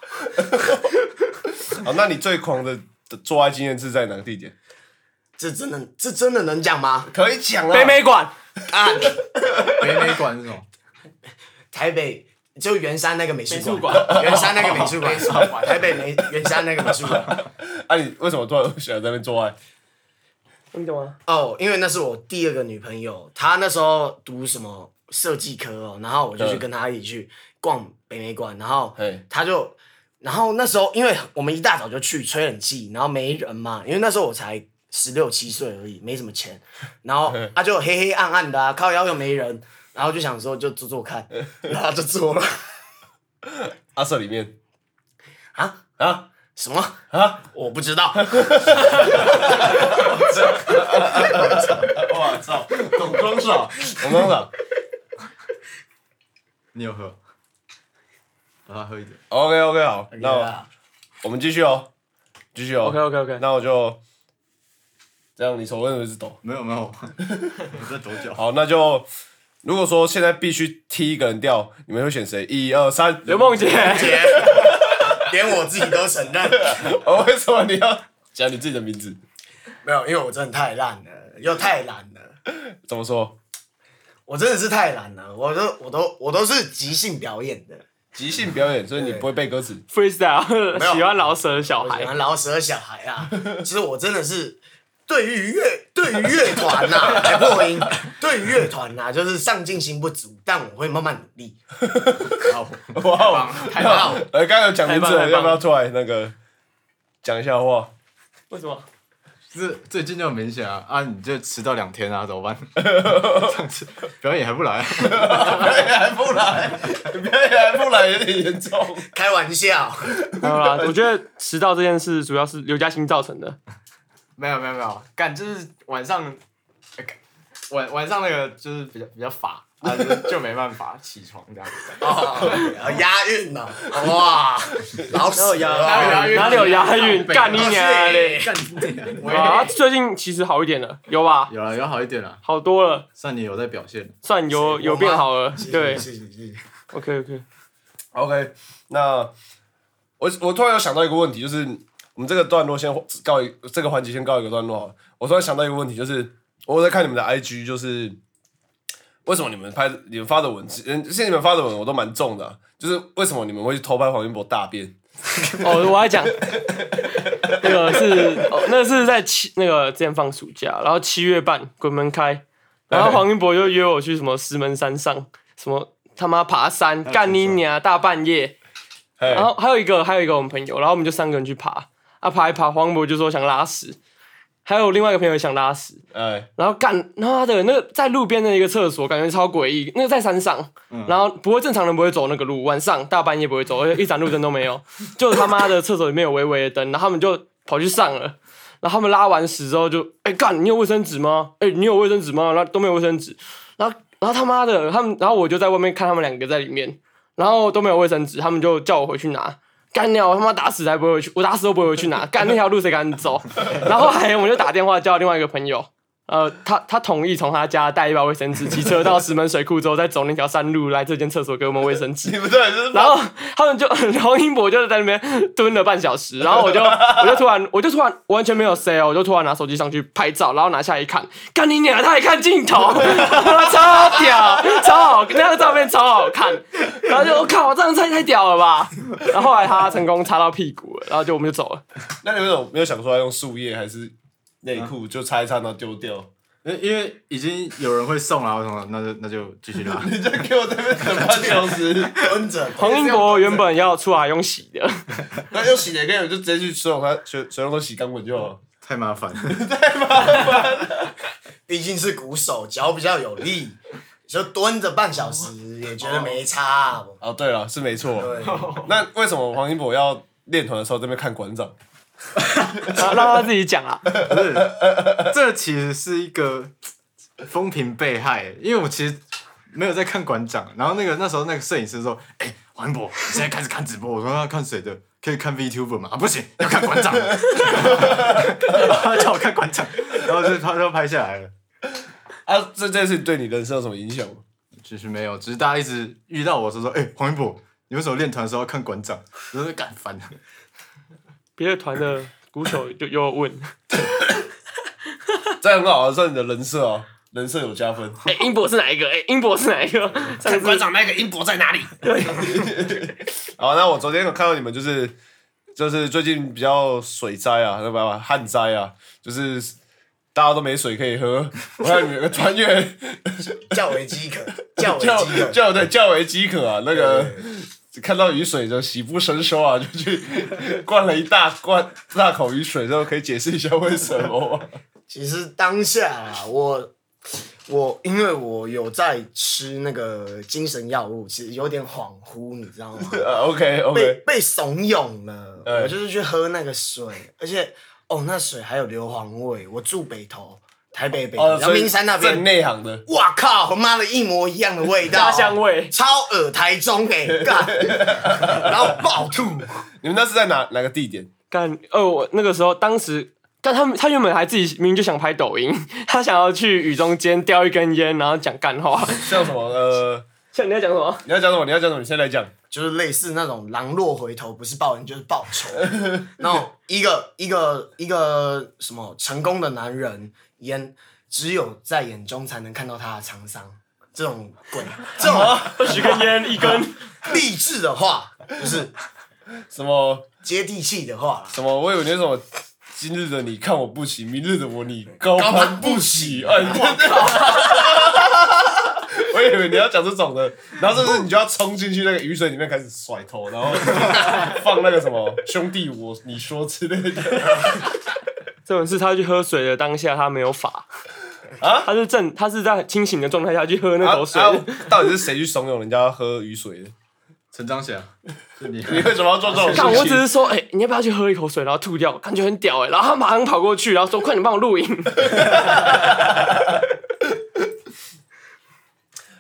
D: 啊，那你最狂的的做爱经验是在哪个地点？
A: 这真的这真的能讲吗？
D: 可以讲啊
B: 北美馆，
A: 啊，
E: 北美馆这种，
A: 台北就圆山那个美术
B: 美术
A: 馆，
B: 馆
A: 圆山那个 美术馆，台北美圆山那个美术馆。
D: 啊，你为什么突然喜欢在那边做爱？
B: 你懂吗？
A: 哦，因为那是我第二个女朋友，她那时候读什么设计科哦，然后我就去
D: 嗯
A: 跟她一起去逛北美馆，然后
D: 嘿
A: 她就，然后那时候因为我们一大早就去吹冷气，然后没人嘛，因为那时候我才十六七岁而已，没什么钱，然后
D: 嗯
A: 她就黑黑暗暗的、啊，靠腰又没人，然后就想说就做做看，然后就做了
D: 阿瑟里面
A: 啊。
D: 啊
A: 什么？
D: 啊，
A: 我不 知道，
D: 我操，董庄爽，董庄 爽
E: 你有 喝？让啊他喝一点。
D: ，OK OK 好，那
A: 对
D: 我
A: 啊
D: 我们继续哦，继续哦
B: OK OK OK，
D: 那我就这样，你手为什么一直抖？
E: 没有没 有，你在多久？
D: 好，那就如果说现在必须踢一个人掉，你们会选谁？一二三，
B: 刘梦 洁，
A: 姐，连我自己都承认，
D: 哦，为什么你要讲你自己的名字？
A: 没有，因为我真的太烂了，又太懒了。
D: 怎么说？
A: 我真的是太懒了，我都我都我都是即兴表演的，
D: 即兴表演，所以你不会背歌词。
A: 没有
B: freestyle，喜欢老舍的小
A: 我喜
B: 孩，
A: 欢饶舌小孩啊。其实我真的是对于乐对于乐团呐、 还破音，对于乐团呐、就是上进心不足，但我会慢慢努力。
D: 哇哦，
E: 太棒了！
D: 呃，刚刚有讲名字，
B: 太棒了
D: 要不要出来那个讲一下 话？
B: 为什么？
E: 这最近就很明显啊！啊，你就迟到两天啊，怎么 办？上次表演还不来，啊
D: 表演还不来，表演还不来，有点严重。
A: 开玩笑，
B: 没有 啦，我觉得迟到这件事主要是刘嘉欣造成的。
E: 没有没有没有，干就是晚上，哎干晚晚上那个就是比较比较乏啊，就就没办法起床这样子。
A: 哦、押韵呢、哇，老死
E: 哪有
A: 了啊
E: 哦押韵
B: 哪里有押韵？干你
A: 哦，
B: 娘嘞！
A: 是
B: 啊，最近其实好一点了，有吧？
E: 有啊了有好一点了，
B: 好多了，
E: 算你有在表现。
B: 算有有变好了。对
A: 是是是
B: ，OK OK，
D: OK，那我我突然有想到一个问题，就是我们这个段落先告一这个环节先告一个段落好了。我突然想到一个问题，就是我在看你们的 IG，就是为什么你们拍你们发的文字，嗯，现在你们发的文我都蛮重的啊、就是为什么你们会去偷拍黄云博大便？
B: 哦，我还讲，那个是，哦、那个是在七那个之前放暑假，然后七月半鬼门开，然后黄云博又约我去什么石门山上，什么他妈爬山，干你娘，大半夜。
D: 嘿
B: 然后还有一个，还有一个我们朋友，然后我们就三个人去爬，啊爬一爬，黄渤就说想拉屎，还有另外一个朋友也想拉屎，
D: 哎，
B: 然后干妈的那个在路边的一个厕所，感觉超诡异，那个在山上，然后不会正常人不会走那个路，晚上大半夜不会走，而且一盏路灯都没有，就他妈的厕所里面有微微的灯，然后他们就跑去上了。然后他们拉完屎之后就，哎干，你有卫生纸吗？哎，你有卫生纸吗？然后都没有卫生纸，然后然后他妈的他们，然后我就在外面看他们两个在里面，然后都没有卫生纸，他们就叫我回去拿。干掉我他妈打死才不会回去，我打死都不会回去拿。干那条路谁敢走？然后后来我们就打电话叫另外一个朋友，呃，他他同意从他家带一包卫生纸，骑车到石门水库之后，再走那条山路来这间厕所给我们卫生纸。
D: 你们这就是
B: 然后他们就， 然后英博就在那边蹲了半小时，然后我就，我就突然，我就突然完全没有 say 哦，我就突然拿手机上去拍照，然后拿下来一看，干你娘！他还看镜头， 超屌，超好，那个照片超好看。然后就我靠，这样太太屌了吧！然后后来他成功擦到屁股了，然后就我们就走了。
D: 那你们有没有想说要用树叶还是内裤就擦一擦然后丢掉？
C: 因因为已经有人会送
E: 啊
C: 了，我想说那就那就继 续拉。
D: 你就给我在那边等半小时，
A: 蹲着，
B: 黄英博原本要出来用洗的，
D: 那就洗也可以，我就直接去水龙头水水龙头洗钢滚就好了。
C: 太麻烦了，
A: 毕竟是鼓手，脚比较有 力，你就蹲着半小时也觉得没差啊。
D: 哦，对了，是没错。
A: 对，
D: 那为什么黄英博要练团的时候在那边看馆长？
B: 然后让他自己讲啊。
C: 不是， 这其实是一个风评被害，欸因为我其实没有在看馆长，然后那个那时候那个摄影师说，哎、黄渤，你现在开始看直播，我说那看谁的？可以看 VTuber 吗？啊，不行，要看馆长。 他叫我看馆长，然后就他就拍下来了。
D: 啊，这件事对你人生有什么影响吗？
C: 其实没有，只是大家一直遇到我是说，哎、黄一博，你为什么练团的时候要看馆长？我说干烦了。
B: 别的团的鼓 手就又问，
D: 这样很好啊，算你的人设哦，人设有加分。
B: 哎、英博是哪一个？哎、英博是哪一个？
A: 看馆长那个音博在哪里？
D: 好，那我昨天有看到你们就是就是最近比较水灾啊，那不旱灾啊，就是大家都没水可以喝。我看你们有个团员
A: 较为饥 渴，较为
D: 叫
A: 饥渴。
D: 叫对较为饥渴啊，那个看到雨水就喜不胜收啊，就去灌了一大罐大口雨水，之后可以解释一下为什么吗？
A: 其实当下啊，我我因为我有在吃那个精神药物，其实有点恍惚，你知道吗？
D: 呃，OK
A: 被
D: OK，
A: 被怂恿了，
D: 哎
A: 我就是去喝那个水，而且哦，那水还有硫磺味。我住北投，台北北
D: 哦
A: 投，阳明山那
D: 正
A: 边，
D: 内行的，
A: 哇靠，他妈的一模一样的味道，
B: 家乡味
A: 超恶台中哎、干，然后暴吐，
D: 你们那是在哪哪个地点？
B: 干，呃，我那个时候当时，但他们他原本还自己明明就想拍抖音，他想要去雨中间叼一根烟，然后讲干话。
D: 像什么呃，
B: 像你在讲什么？
D: 你要讲什么？你要讲什么？你先来讲。
A: 就是类似那种狼若回头，不是报恩就是报仇。然后一个一个一个什么成功的男人，眼只有在眼中才能看到他的沧桑，这种鬼，这种
B: 二十根烟一根，
A: 励志的话，就是
D: 什么
A: 接地气的话啦。
D: 什么？我以为你是什么？今日的你看我不起，明日的我你高攀不起。哎，我我以为你要讲这种的，然后这时候你就要冲进去那个雨水里面开始甩头，然后放那个什么兄弟我你说之类的。
B: 这种是他去喝水的当下，他没有法。
D: 啊
B: 他是正，他是在清醒的状态下去喝那
D: 啊
B: 口水。
D: 啊到底是谁去怂恿人家喝雨水的？
C: 陈章霞，是你
D: 你为什么要做这种
B: 看，我
D: 事
B: 只
D: 情？
B: 是说，哎、你要不要去喝一口水，然后吐掉，感觉很屌哎、然后他马上跑过去，然后说，快点帮我录影。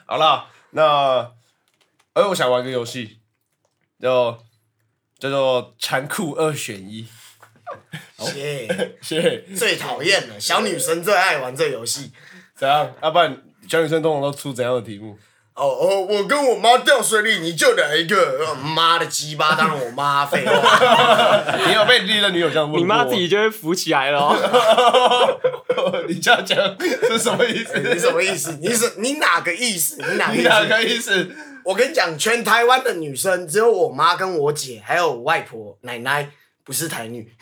D: 好啦，那，哎，我想玩个游戏，叫叫做残酷二选一。
A: 耶，
D: 谢谢。
A: 最讨厌了，小女生最爱玩这游戏。
D: 怎样？要、不然小女生通常都出怎样的题目？
A: 哦哦，我跟我妈掉水里，你就哪一个？呃妈的鸡巴，当然我妈废话。
D: 你有被第一任女友这样问过
B: 你妈自己？就会浮起来了、哦。
D: 你这样讲是什么意思？
A: 你什么意思？你是你哪个意思？你哪个 意
D: 你哪
A: 思？
D: 个意思？
A: 我跟你讲，全台湾的女生只有我妈跟我姐，还有我外婆、奶奶，不是台女。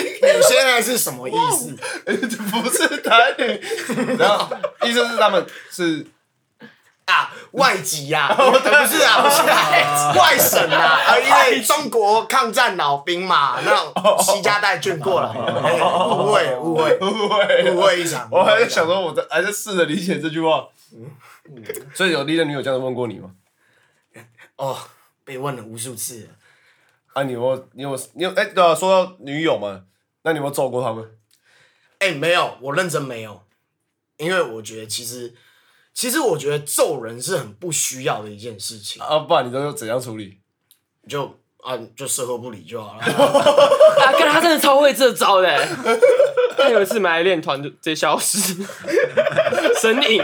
A: 你现在是什么意思？
D: 不是台女。然后意思是他们是
A: 啊，外籍 呀、啊，不是啊，不是啊，外省啊，啊，因为中国抗战老兵嘛，那
D: 哦
A: 种西家带眷过来，哎误会误会
D: 误会
A: 误会一场。
D: 哦我还在想说，我在还在试着理解这句话。所以有第一任女友这样问过你吗？
A: 哦，被问了无数次了，
D: 啊，你有没有你有你有哎、对啊，说到女友嘛，那你有没有揍过他们？
A: 哎、没有，我认真没有，因为我觉得其实，其实我觉得揍人是很不需要的一件事情，
D: 啊，不然你都怎样处理？
A: 就啊，你就事后不理就好 了。
B: 啊，干他真的超会这招的欸。他有一次买来练团就直接消失，神隐，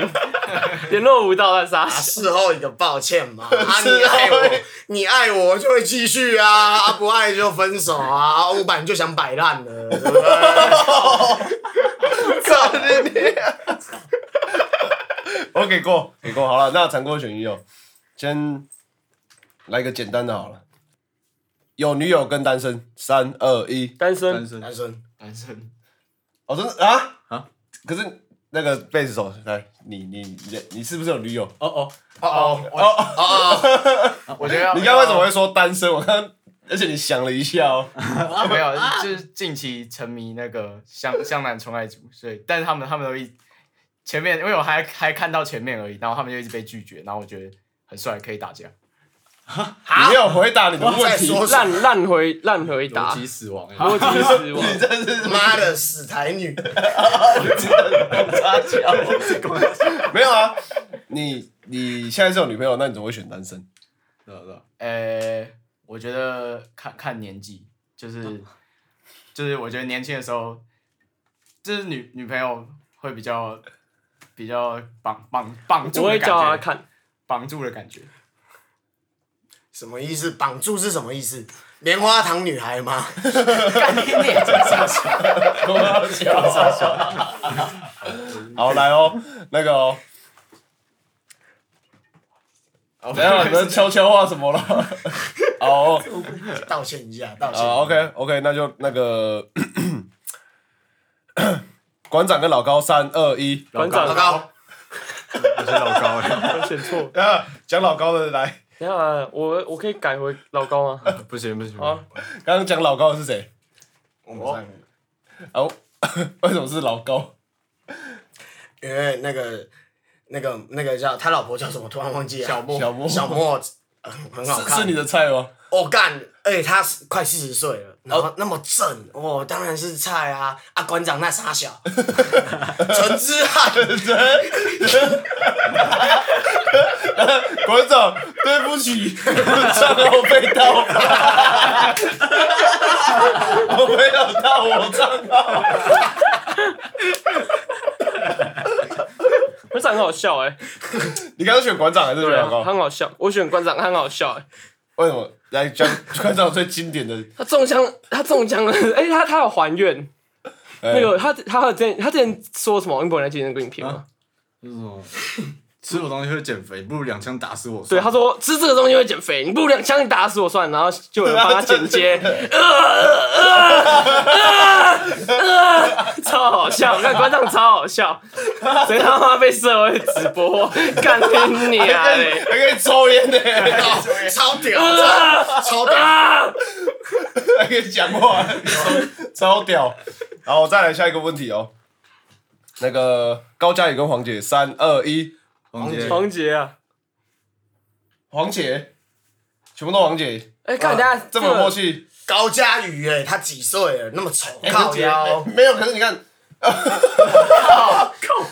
B: 联络不到他杀
A: 啊，
B: 死。
A: 事后一个抱歉嘛，啊，你爱我，你爱我就会继续啊，啊，不爱就分手啊，啊，五百你就想摆烂了，对不对？
D: 操你娘！我哦给过，给过，好了，那残酷二选一哦，先来个简单的好了。有女友跟单身，三二一，
B: 单
C: 单
B: 身，
C: 身
A: 男生，
E: 男生
D: 哦，真的啊
C: 啊！
D: 可是那个贝斯手，来，你你你你是不是有女友？
C: 哦哦，
A: 哦哦
D: 哦哦，
A: 哦
E: 我觉得要
D: 你刚刚为什么会说单身？我刚刚，而且你想了一下哦。
E: 啊 没有，就是近期沉迷那个湘湘南纯爱组，所以但是他们他们都一前面，因为我还还看到前面而已，然后他们就一直被拒绝，然后我觉得很帅，可以打架，
D: 你没有回答你的
A: 在
D: 问题，
A: 说什么？
B: 烂烂回烂回答
C: 逻，辑死亡欸，
B: 逻辑死亡。
D: 你真是
A: 妈的，死台女！
D: 插脚。没有啊，你你现在是有女朋友，那你怎么会选单身？
C: 知道知道，
E: 呃，我觉得看看年纪，就是 就是我觉得年轻的时候，就是女女朋友会比较比较绑绑绑住
B: 我
E: 的
B: 会
E: 感
B: 叫他
E: 觉，
B: 看，
E: 绑住的感觉，
A: 什么意思？绑住是什么意思？棉花糖女孩吗？
E: 干你脸真是
D: 好，来哦，那个哦，等
E: 哦
D: 一下你们悄悄话什么了？好哦，
A: 道歉一下，道歉。
D: 啊，OK OK，那就那个馆长跟老高，三二一，
B: 馆
A: 老
B: 长，
A: 高，
C: 我是老高欸，
B: 我选错。
D: 啊，讲老高的来，
B: 等一下啊我我可以改回老高吗？
C: 不行不行，
B: 好啊，
D: 刚刚讲老高的是谁？
A: 我们三个
D: 哦，为什么是老高？
A: 因为那个那个那个叫他老婆叫什么？突然忘记了。
E: 小莫
D: 小莫，
A: 小莫，呃很好
D: 是
A: 看。
D: 是你的菜吗？
A: 我干，而且他是快四十岁了，然
D: 哦
A: 后那么正，我、当然是菜啊！啊，馆长那傻小， 陈之 汉，
D: 馆长，对不起，账号被盗版，我没有盗我账号。
B: 馆长很好笑哎，
D: 你刚刚选馆长还是选
B: 对啊
D: 老，
B: 他
D: 高？
B: 很好笑。我选馆长，他很好笑哎。
D: 为什么？来讲馆长最经典的
B: 他中枪，他中枪了，哎，他他有还愿。
D: 那
B: 那个他他有之前他之前说什么？你本来记得那个影片吗？
C: 就是什么吃我东西会减肥，不如两枪打死我算
B: 对，
C: 了。
B: 他说吃这个东西会减肥，你不如两枪打死我算了，然后就有人帮他剪接，呃呃
D: 啊
B: 呃呃，超好笑，那观众超好笑，谁他妈被社会直播干你你啊嘞！
D: 还可以抽烟的，
A: 哦超屌，
D: 啊
A: 超超屌，
B: 啊
D: 还可以讲话，超屌。好，我再来下一个问题哦。那个高佳宇跟黄姐，三二一，
C: 王杰，
B: 黄杰啊，
D: 黄姐，全部都黄姐，
B: 哎，看大家
D: 啊这么有默，契。
A: 高佳宇哎，他几岁了？那么丑，
D: 哎
A: 靠腰。
D: 没有，可是你看，
C: 靠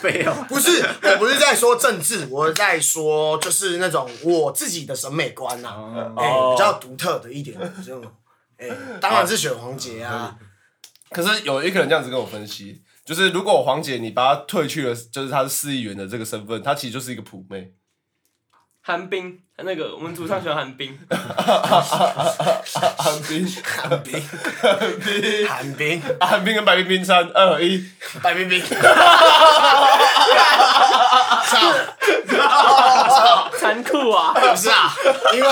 C: 背哦，
A: 不是，我不是在说政治， 我在说就是那种我自己的审美观呐、啊，哎、比较独特的一点，这种，哎、当然是选黄杰啊，
D: 可是有一个人这样子跟我分析，就是如果黄姐你把她退去了，就是她是市议员的这个身份，她其实就是一个普妹。
B: 韩冰，那个我们主唱喜欢韩冰，
D: 韩冰，
A: 韩冰，
D: 韩冰，
A: 韩冰，
D: 韩冰跟白冰冰三二一，
A: 白冰冰，
B: 残酷啊！
A: 不是啊，因为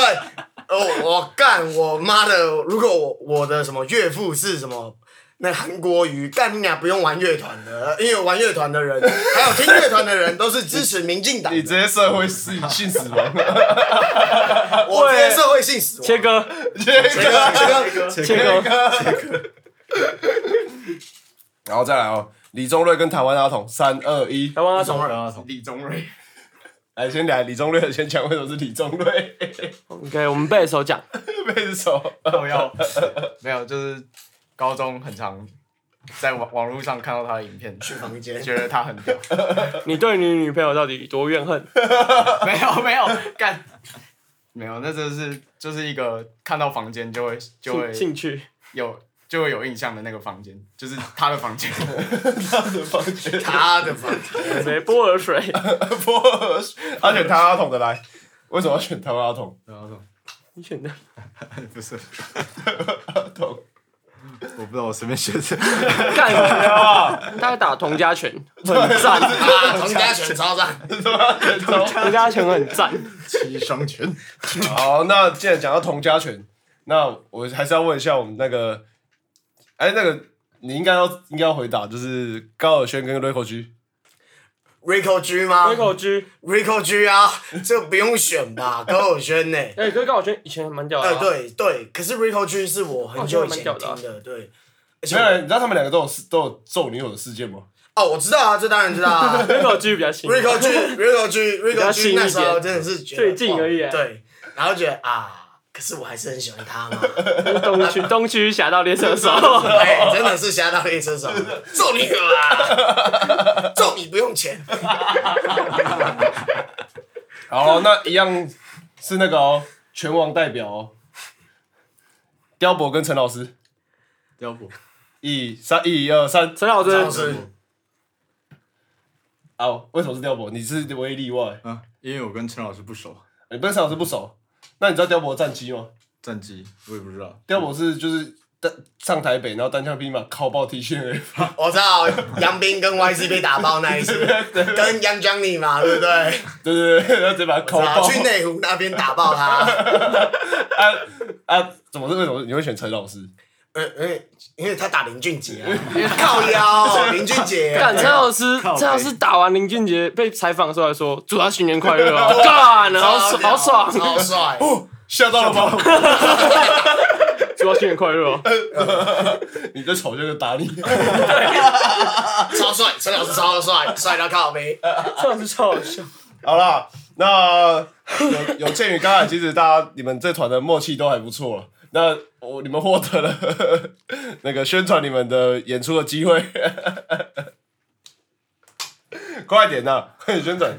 A: 哦，我干我妈的，如果我我的什么岳父是什么。那韩国瑜干你俩不用玩乐团的，因为玩乐团的人，还有听乐团的人，都是支持民进党的
D: 你。直接社会性性死亡，
A: 我直接社会性死亡。
B: 切哥，
D: 这
A: 切
D: 个
A: 割，切割，
B: 切哥，
D: 然后再来哦，李宗瑞跟台湾阿童三二一，
B: 台湾阿
A: 总
B: 童，
A: 二，
E: 李宗瑞，
D: 来先来李宗瑞先讲为什么是李宗 瑞，
B: OK，我们背手讲，
D: 为什么？
E: 我要 没有，就是高中很常在网网络上看到他的影片，
A: 去房间。
E: 觉得他很 屌，
B: 你对你女朋友到底多怨恨？
E: 没有没有干。没有，那真的是就是一个看到房间就会就会
B: 兴兴趣，
E: 有就会有印象的那个房间，就是他的房间。
C: 他的房间，
A: 他的房
B: 没波尔水，
C: 波尔水
D: 他选台湾阿童的来，为什么要选台湾阿童？
E: 然后说
B: 你选的
C: 不是懂。我不知道，我随便选的。
B: 干什么？他打童家拳，很赞，
A: 啊，童家拳超赞，
B: 童家拳很赞。
C: 七伤拳，
D: 好，那既然讲到童家拳，那我还是要问一下我们那个，哎，那个你应该要应该要回答，就是高尔宣跟 Rico G，
A: Rico G 吗
B: Rico G，
A: ？Rico G 啊，这不用选吧？高尔轩呢？
B: 哎，哥高晓轩以前还蛮屌的
A: 哎，
B: 啊，
A: 对对，可是 Rico G 是我很久以前
B: 哦这个蛮
A: 听
B: 屌
A: 的，对。而且
D: 虽哎然你知道他们两个都有事都有揍女友的事件吗？
A: 哦，我知道啊，这当然知道啊。
B: ，Rico G 比较新，
A: Rico G，Rico
B: 比较
A: G，Rico
B: 新
A: G，
B: 一点
A: 那时候真的是觉得
B: 最近而已
A: 哇对，然后觉得啊，可是我还是很喜欢他嘛。
B: 东区东区侠盗猎车手，
A: 哎，真的是侠盗猎车手，揍你了啦！揍你不用钱。
D: 好，啊那一样是那个哦，拳王代表哦，刁博跟陈老师，
C: 要不
D: 一三一二三，
B: 陈老
A: 张老
B: 师，
A: 师，
D: 哦，为什么是刁博？你是唯一例外，
C: 啊？因为我跟陈老师不熟，
D: 你跟陈老师不熟，那你知道刁博的战绩吗？
C: 战绩我也不知道。
D: 刁博是就是单上台北，然后单枪匹马靠爆 T 恤而已。
A: 我知道杨斌跟 YC 被打爆那一次，跟杨江你嘛，对不对？
D: 对对对，然后直接把他抠
A: 啊，
D: 爆。
A: 去内湖那边打爆他，
D: 啊啊！怎么是为什么你会选陈老师？
A: 呃呃，因为他打林俊杰啊，靠腰，林俊杰，
B: 干陈老师，
C: 靠北
B: 陈老师打完林俊杰被采访的时候还说，祝他新年快乐 哦，干，好爽好爽，
A: 超帅，
D: 哦吓到了吗？
B: 祝他新年快乐哦，
D: 你这丑就是打你。
A: 超帅，陈老师超帅，帅到靠背。
B: 陈老师超好笑，
D: 好啦，那有有鉴于刚才，其实大家你们这团的默契都还不错了。那我你们获得了那个宣传你们的演出的机会， 快点呐、快点宣传！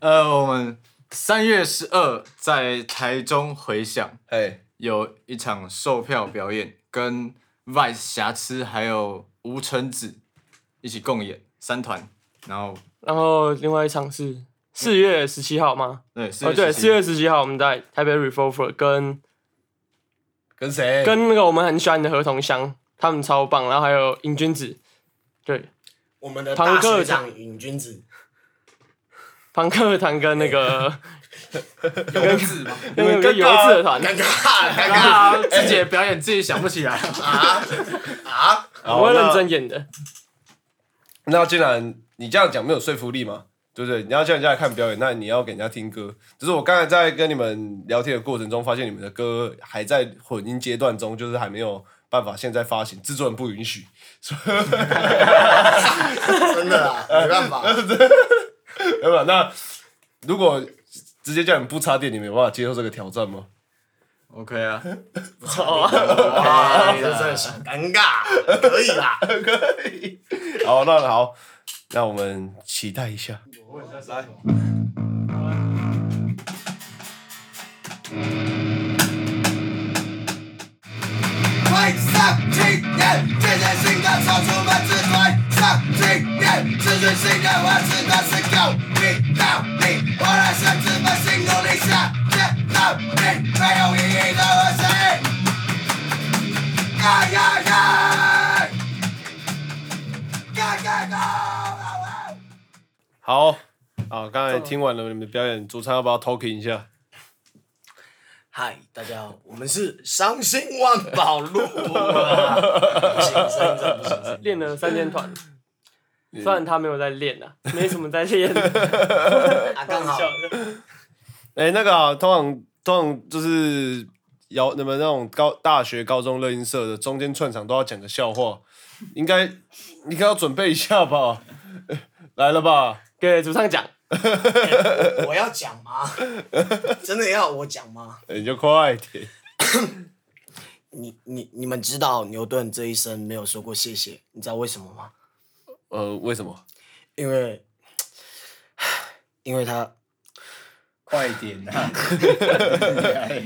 C: 呃，我们三月十二在台中回响
D: 哎，
C: 有一场售票表演，跟 Vice 瑕疵还有吴承子一起共演三团，然后
B: 然后另外一场是四月十七号吗？
C: 对四
B: 哦，
C: 月
B: 对，
C: 17
B: 四月十七号我们在台北 Revolver 跟
D: 跟谁？
B: 跟那个我们很喜欢的合同箱，他们超棒，然后还有瘾君子，对，
A: 我们的大学长瘾君子，
B: 庞克团跟那个
C: 有字吗？
B: 那个
D: 尴尬
B: 游字的团，
A: 尴尬，尴尬
C: 啊，自己的表演自己想不起来，
A: 啊啊！
B: 我
D: 好
B: 会认
D: 那
B: 真演的。
D: 那既然你这样讲没有说服力嘛，对不对？你要叫人家来看表演，那你要给人家听歌。只是我刚才在跟你们聊天的过程中，发现你们的歌还在混音阶段中，就是还没有办法现在发行，制作人不允许。
A: 真的啦，没办法，
D: 对吧？那如果直接叫你们不插电，你们有办法接受这个挑战吗？
C: OK 啊，
A: 哇，哎这真的小尴尬，可以啦。
D: 好，那好，那我们期待一下。
F: 快上青年，建设性的超出门之快上青年，持续性的万事的是有你道理，我来向资本心努力下，见到你没有意义的和谐，呀呀呀，呀呀呀！
D: 好，好，刚才听完了你们的表演，主唱要不要 talking 一下？
A: 嗨，大家好，我们是伤心万宝路。不行，声音真的不行。声音
B: 练了三天团，虽然他没有在练啊，没什么在练，
A: 啊，刚好
D: 哎、那个、啊、通常通常就是摇你们那种高大学、高中乐音社的中间串场都要讲个笑话，应该应该要准备一下吧？ 来了吧？
B: 给主唱讲，
A: 我要讲吗？ 真的要我讲吗？
D: 哎你就快点。
A: 你你你们知道牛顿这一生没有说过谢谢，你知道为什么吗？
D: 呃，为什么？
A: 因为，因为他，
E: 快点 啊！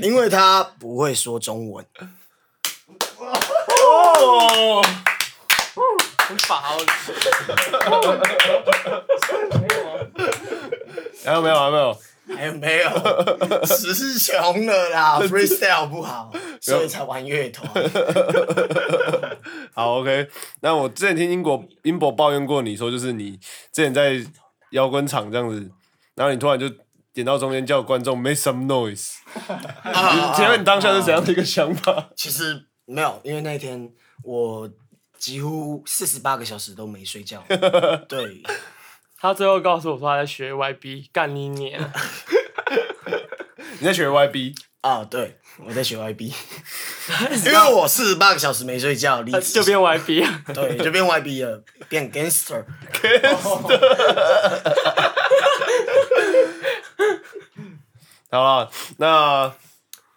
A: 因为他不会说中文。
B: 很法哦。
D: 还有没有？还有没有？
A: 还有哎没有？词穷了 啦，freestyle 不好，所以才玩乐团。
D: 好，OK。那我之前听英国英博抱怨过你说，就是你之前在摇滚场这样子，然后你突然就点到中间叫观众 make some noise，
A: 啊
D: 请问你当下是怎样的一个 想法？
A: 其实没有，因为那一天我几乎四十八个小时都没睡 觉。对，
B: 他最后告诉我说他在学 YB，干你娘！
D: 你在学 YB，
A: 啊，对，我在学 YB，因为我四十八个小时没睡觉，离职
B: 就变 YB 了。
A: 对就变 YB 了，变 gangster。
D: 好了，那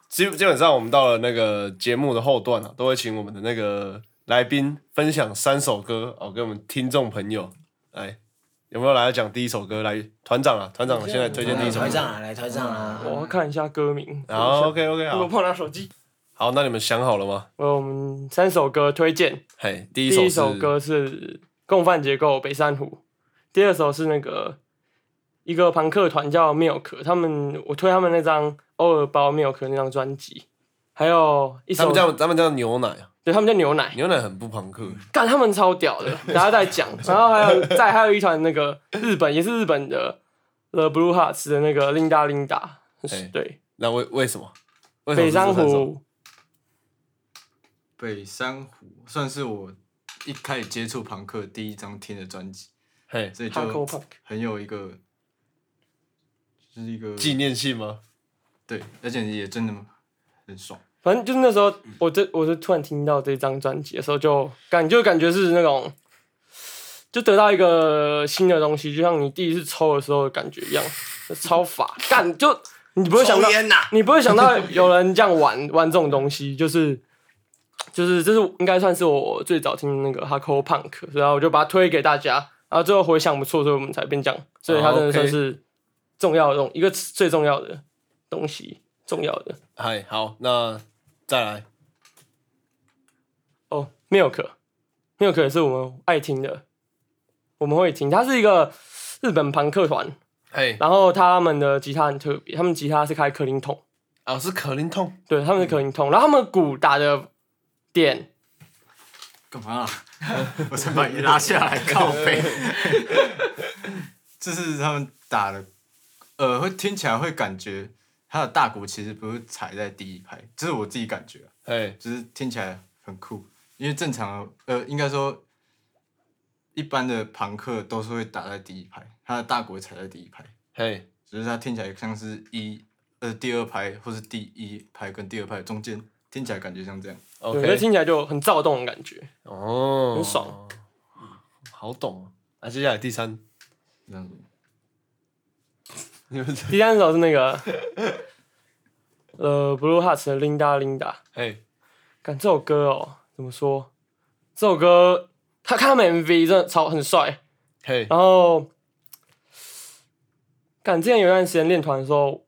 D: 基基本上我们到了那个节目的后段了、啊都会请我们的那个来宾分享三首歌哦，给我们听众朋友来。有没有来讲第一首歌？来，团长啊，团长现在推荐第一首
A: 团
D: 歌。
A: 长啊，来团长啊，
B: 我要看一下歌名。
D: 好，OK OK，
B: 我
D: 好，
B: 碰到手机。
D: 好，那你们想好了吗？
B: 我有我们三首歌推荐，
D: 嘿，第
B: 第
D: 一首
B: 一
D: 是
B: 首歌是《共犯结构北珊瑚》，第二首是那个一个朋克团叫 Milk，他们我推他们那张《欧尔包 Milk》那张专辑，还有一
D: 他
B: 首
D: 们叫他们叫牛奶啊，
B: 对他们叫牛奶，
D: 牛奶很不朋克，
B: 干他们超屌的，大家在 讲，然后还有再还有一团那个日本也是日本的 The Blue Hearts 的那个 Linda Linda，
D: 哎
B: 对，
D: 那为为什么？为什么
B: 北
D: 是这
B: 珊
D: 三首
B: 瑚
C: 北珊瑚算是我一开始接触朋克第一张听的专辑，
D: 嘿
C: 所以
B: h a r d c o r
C: 就
B: Punk。
C: 很有一个，就是一个
D: 纪念性吗？
C: 对，而且也真的很爽。
B: 反正就是那时候，
A: 嗯
B: 我这我就突然听到这张专辑的时候就，感就感觉是那种，就得到一个新的东西，就像你第一次抽的时候的感觉一样，就超 法干就你不会想到
A: 抽，烟呐，
B: 你不会想到有人这样玩 玩这种东西，就是就是这是应该算是我最早听那个 hardcore punk，然后我就把它推给大家，然后最后回响不错，所以我们才变这样，所以它真的算
A: 哦
B: 是重要的东一个最重要的东西，重要的。
D: 嗨，好，那再来
B: 哦，Milk，Milk 也是我们爱听的，我们会听。它是一个日本朋克团，
D: 嘿
B: 然后他们的吉他很特别，他们吉他是开克林桶，
D: 啊，是可林痛，
B: 对，他们是克林桶，然后他们鼓打的点，
C: 干嘛、啊？ 我才把你拉下来靠 背。这是他们打的，呃，会听起来会感觉他的大鼓其实不是踩在第一排，这是我自己感觉、啊，
D: 嘿
C: 就是听起来很酷。因为正常，呃，应该说一般的朋克都是会打在第一排，他的大鼓会踩在第一排，
D: 嘿，
C: 只是他听起来像是一呃第二排或是第一排跟第二排中间，听起来感觉像这样。
B: 对，就
D: OK，
B: 听起来就很躁动的感觉。
D: 哦，
B: 很爽，
D: 好懂啊。那接下来第三，
C: 这样子
D: 你们
B: 第三首是那个呃 Blue Hearts 的 Linda Linda，
D: 嘿
B: 感这首歌哦，怎么说？这首歌他看他们 MV 真的超很帅，
D: 嘿，
B: 然后，赶之前有一段时间练团的时候，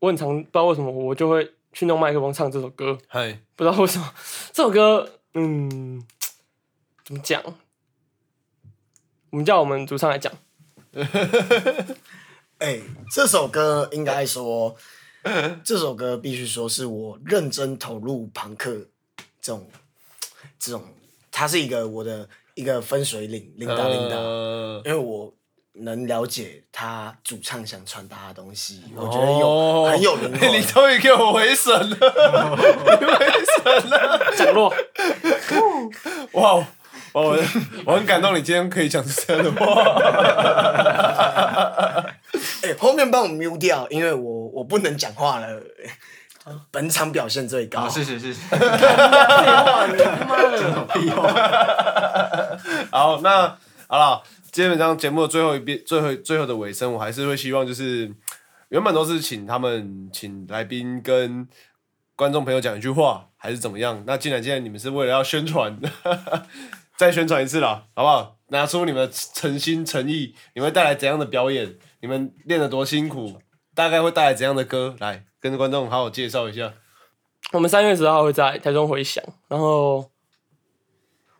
B: 我很常不知道为什么我就会去弄麦克风唱这首歌，
D: 嘿，
B: 不知道为什么这首歌，嗯，怎么讲？我们叫我们主唱来讲，
A: 哎、这首歌应该说，这首歌必须说是我认真投入朋克这种这种，它是一个我的一个分水岭，琳达琳达，
D: 呃
A: 因为我能了解他主唱想传达的东西，我觉得有、很有灵
D: 哦 你
A: 魂。
D: 终于给我回神了，你回神了，
B: 讲落，
D: 哇！
A: 哦
D: 哇我 我很感动，你今天可以讲出这样的话。
A: 哎、后面帮我 mute 掉，因为我我不能讲话了。本场表现最高，
D: 啊
C: 好，谢谢谢谢。
D: 好，那好了，基本上节目的最后一遍、最后最后的尾声，我还是会希望就是原本都是请他们请来宾跟观众朋友讲一句话，还是怎么样？那既然既然你们是为了要宣传， 再宣传一次啦，好不好？拿出你们的诚心诚意，你们会带来怎样的表演？你们练得多辛苦？大概会带来怎样的歌？来跟观众好好介绍一下。
B: 我们三月十号会在台中回响，然后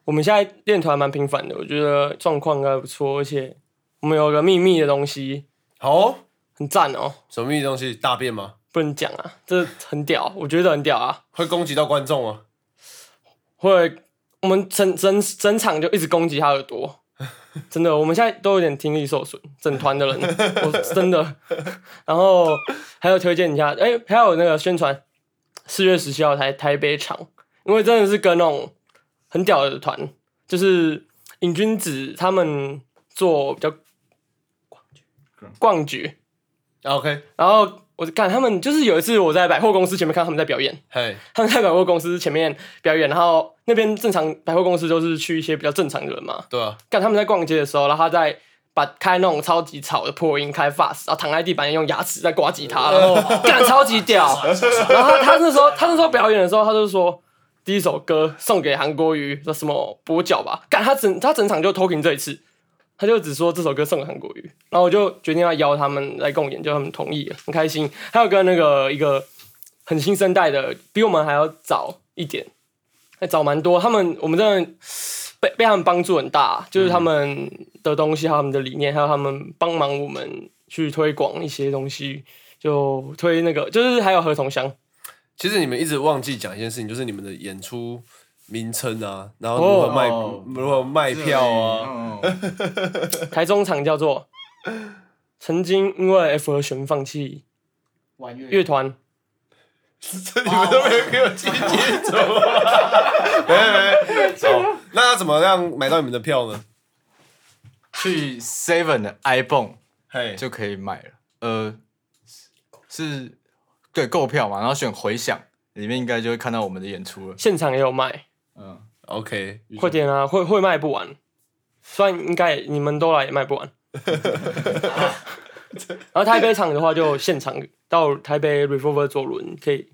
B: 我们现在练团蛮频繁的，我觉得状况应该不错，而且我们有个秘密的东西，
D: 好、哦，
B: 很赞哦，
D: 什么秘密东西？大便吗？
B: 不能讲啊，这很屌，我觉得很屌啊，
D: 会攻击到观众啊？
B: 会我们整整整场就一直攻击他耳朵。真的，我们现在都有点听力受损，整团的人，我真的。然后还有推荐一下，哎、还有那个宣传，四月十七号台台北场，因为真的是跟那种很屌的团，就是瘾君子他们做比较逛局，
D: 啊 OK，
B: 然后我就看他们，就是有一次我在百货公司前面看到他们在表演，
D: 嘿，
B: 他们在百货公司前面表演，然后那边正常百货公司都是去一些比较正常的人嘛，
D: 对啊，
B: 干他们在逛街的时候，然后他在把开那种超级吵的破音开 fast，然后躺在地板用牙齿在刮吉他，然后干超级屌。然后他他那时候他那时候表演的时候，他就说第一首歌送给韩国瑜，说什么跛脚吧，干他整他整场就 talking 这一次，他就只说这首歌送给韩国瑜，然后我就决定要邀他们来共演，就他们同意了，很开心。还有跟那个一个很新生代的，比我们还要早一点，还早蛮多。他们我们真的被被他们帮助很大，就是
E: 嗯
B: 他们的东西，还有他们的理念，还有他们帮忙我们去推广一些东西，就推那个，就是还有合同箱，
D: 其实你们一直忘记讲一件事情，就是你们的演出名称啊，然后如何卖、
E: 哦
D: 如何卖票啊，
C: 哦，
B: 台中场叫 做曾经因为 F 和弦放弃
E: 玩乐
B: 乐团，
D: 这你们都没有给我记清楚、没没没，好，那要怎么样买到你们的票呢？
C: 去 Seven 的 iPhone
D: 嘿，
C: 就可以买了。呃，是，对，购票嘛，然后选回响，里面应该就会看到我们的演出了。
B: 现场也有卖，
C: 嗯，
D: OK，
B: 快点啊，会会卖不完，虽然应该你们都来也卖 不完。然后台北场的话，就现场到台北 Revolver 左轮可以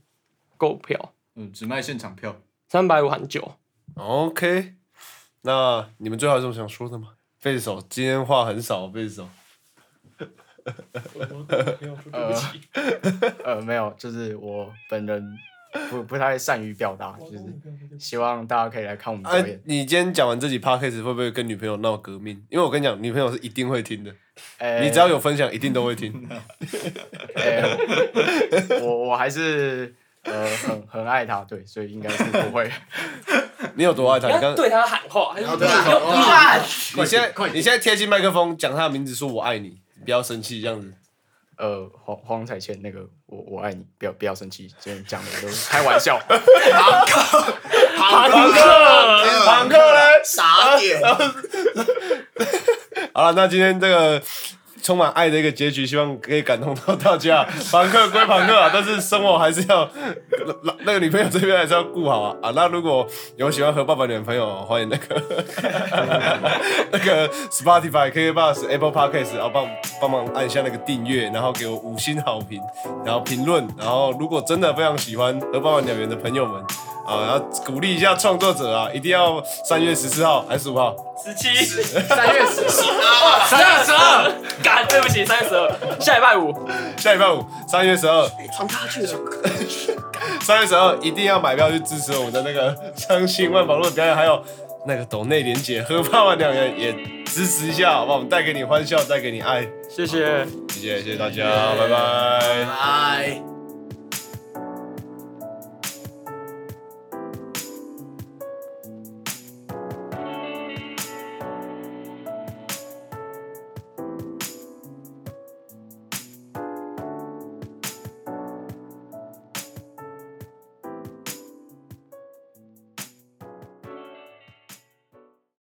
B: 购票，
C: 嗯，只卖现场票。
B: 三百五含九。
D: OK，那你们最后有什么想说的吗？贝斯手今天话很少，贝斯手
E: 呃，没有，就是我本人不不太善于表达，就是希望大家可以来看我们表
D: 哎、
E: 演。
D: 你今天讲完这集 podcast 会不会跟女朋友闹革命？因为我跟你讲，女朋友是一定会听的，
E: 呃，
D: 哎你只要有分享，一定都会听。
E: 呃，我我还是呃很很爱他，对，所以应该是不会。
D: 你有多爱她？你刚，
B: 哎对啊他喊话，还是
A: 对 他喊话
D: 你现在你现在贴近麦克风讲她的名字，说我爱你，不要生气这样子。
E: 呃，黄黄彩倩那个，我我爱你，不要不要生气，今天讲的都是开玩笑。
B: 庞克，
D: 坦呃克嘞，呃
A: 傻点，
D: 好了，那今天这个 充满爱的一个结局，希望可以感动到大家。 朋克归朋克啊，但是生活还是要， 那那个女朋友这边还是要顾好啊啊！那如果有喜欢和爸爸女的朋友，欢迎那个 那个 Spotify、KK Bus、Apple Podcast，然后帮帮忙按一下那个订阅，然后给我五星好评，然后评论，然后如果真的非常喜欢和爸爸鸟园的朋友们。啊，然后鼓励一下创作者啊，一定要三月十四号还是十五号？
B: 十七，
E: 三月十四，
B: 三月十二，干，对不起，三月十二，下礼拜五，
D: 下礼拜五，三月十二，
A: 哎传他去了。
D: 三月十二一定要买票去支持我们的那个相信万宝路的表演，还有那个抖内连结，和爸爸两人也支持一下，好不好？我们带给你欢笑，带给你爱，
B: 谢谢。
D: 谢谢谢谢大家，拜拜
A: 拜。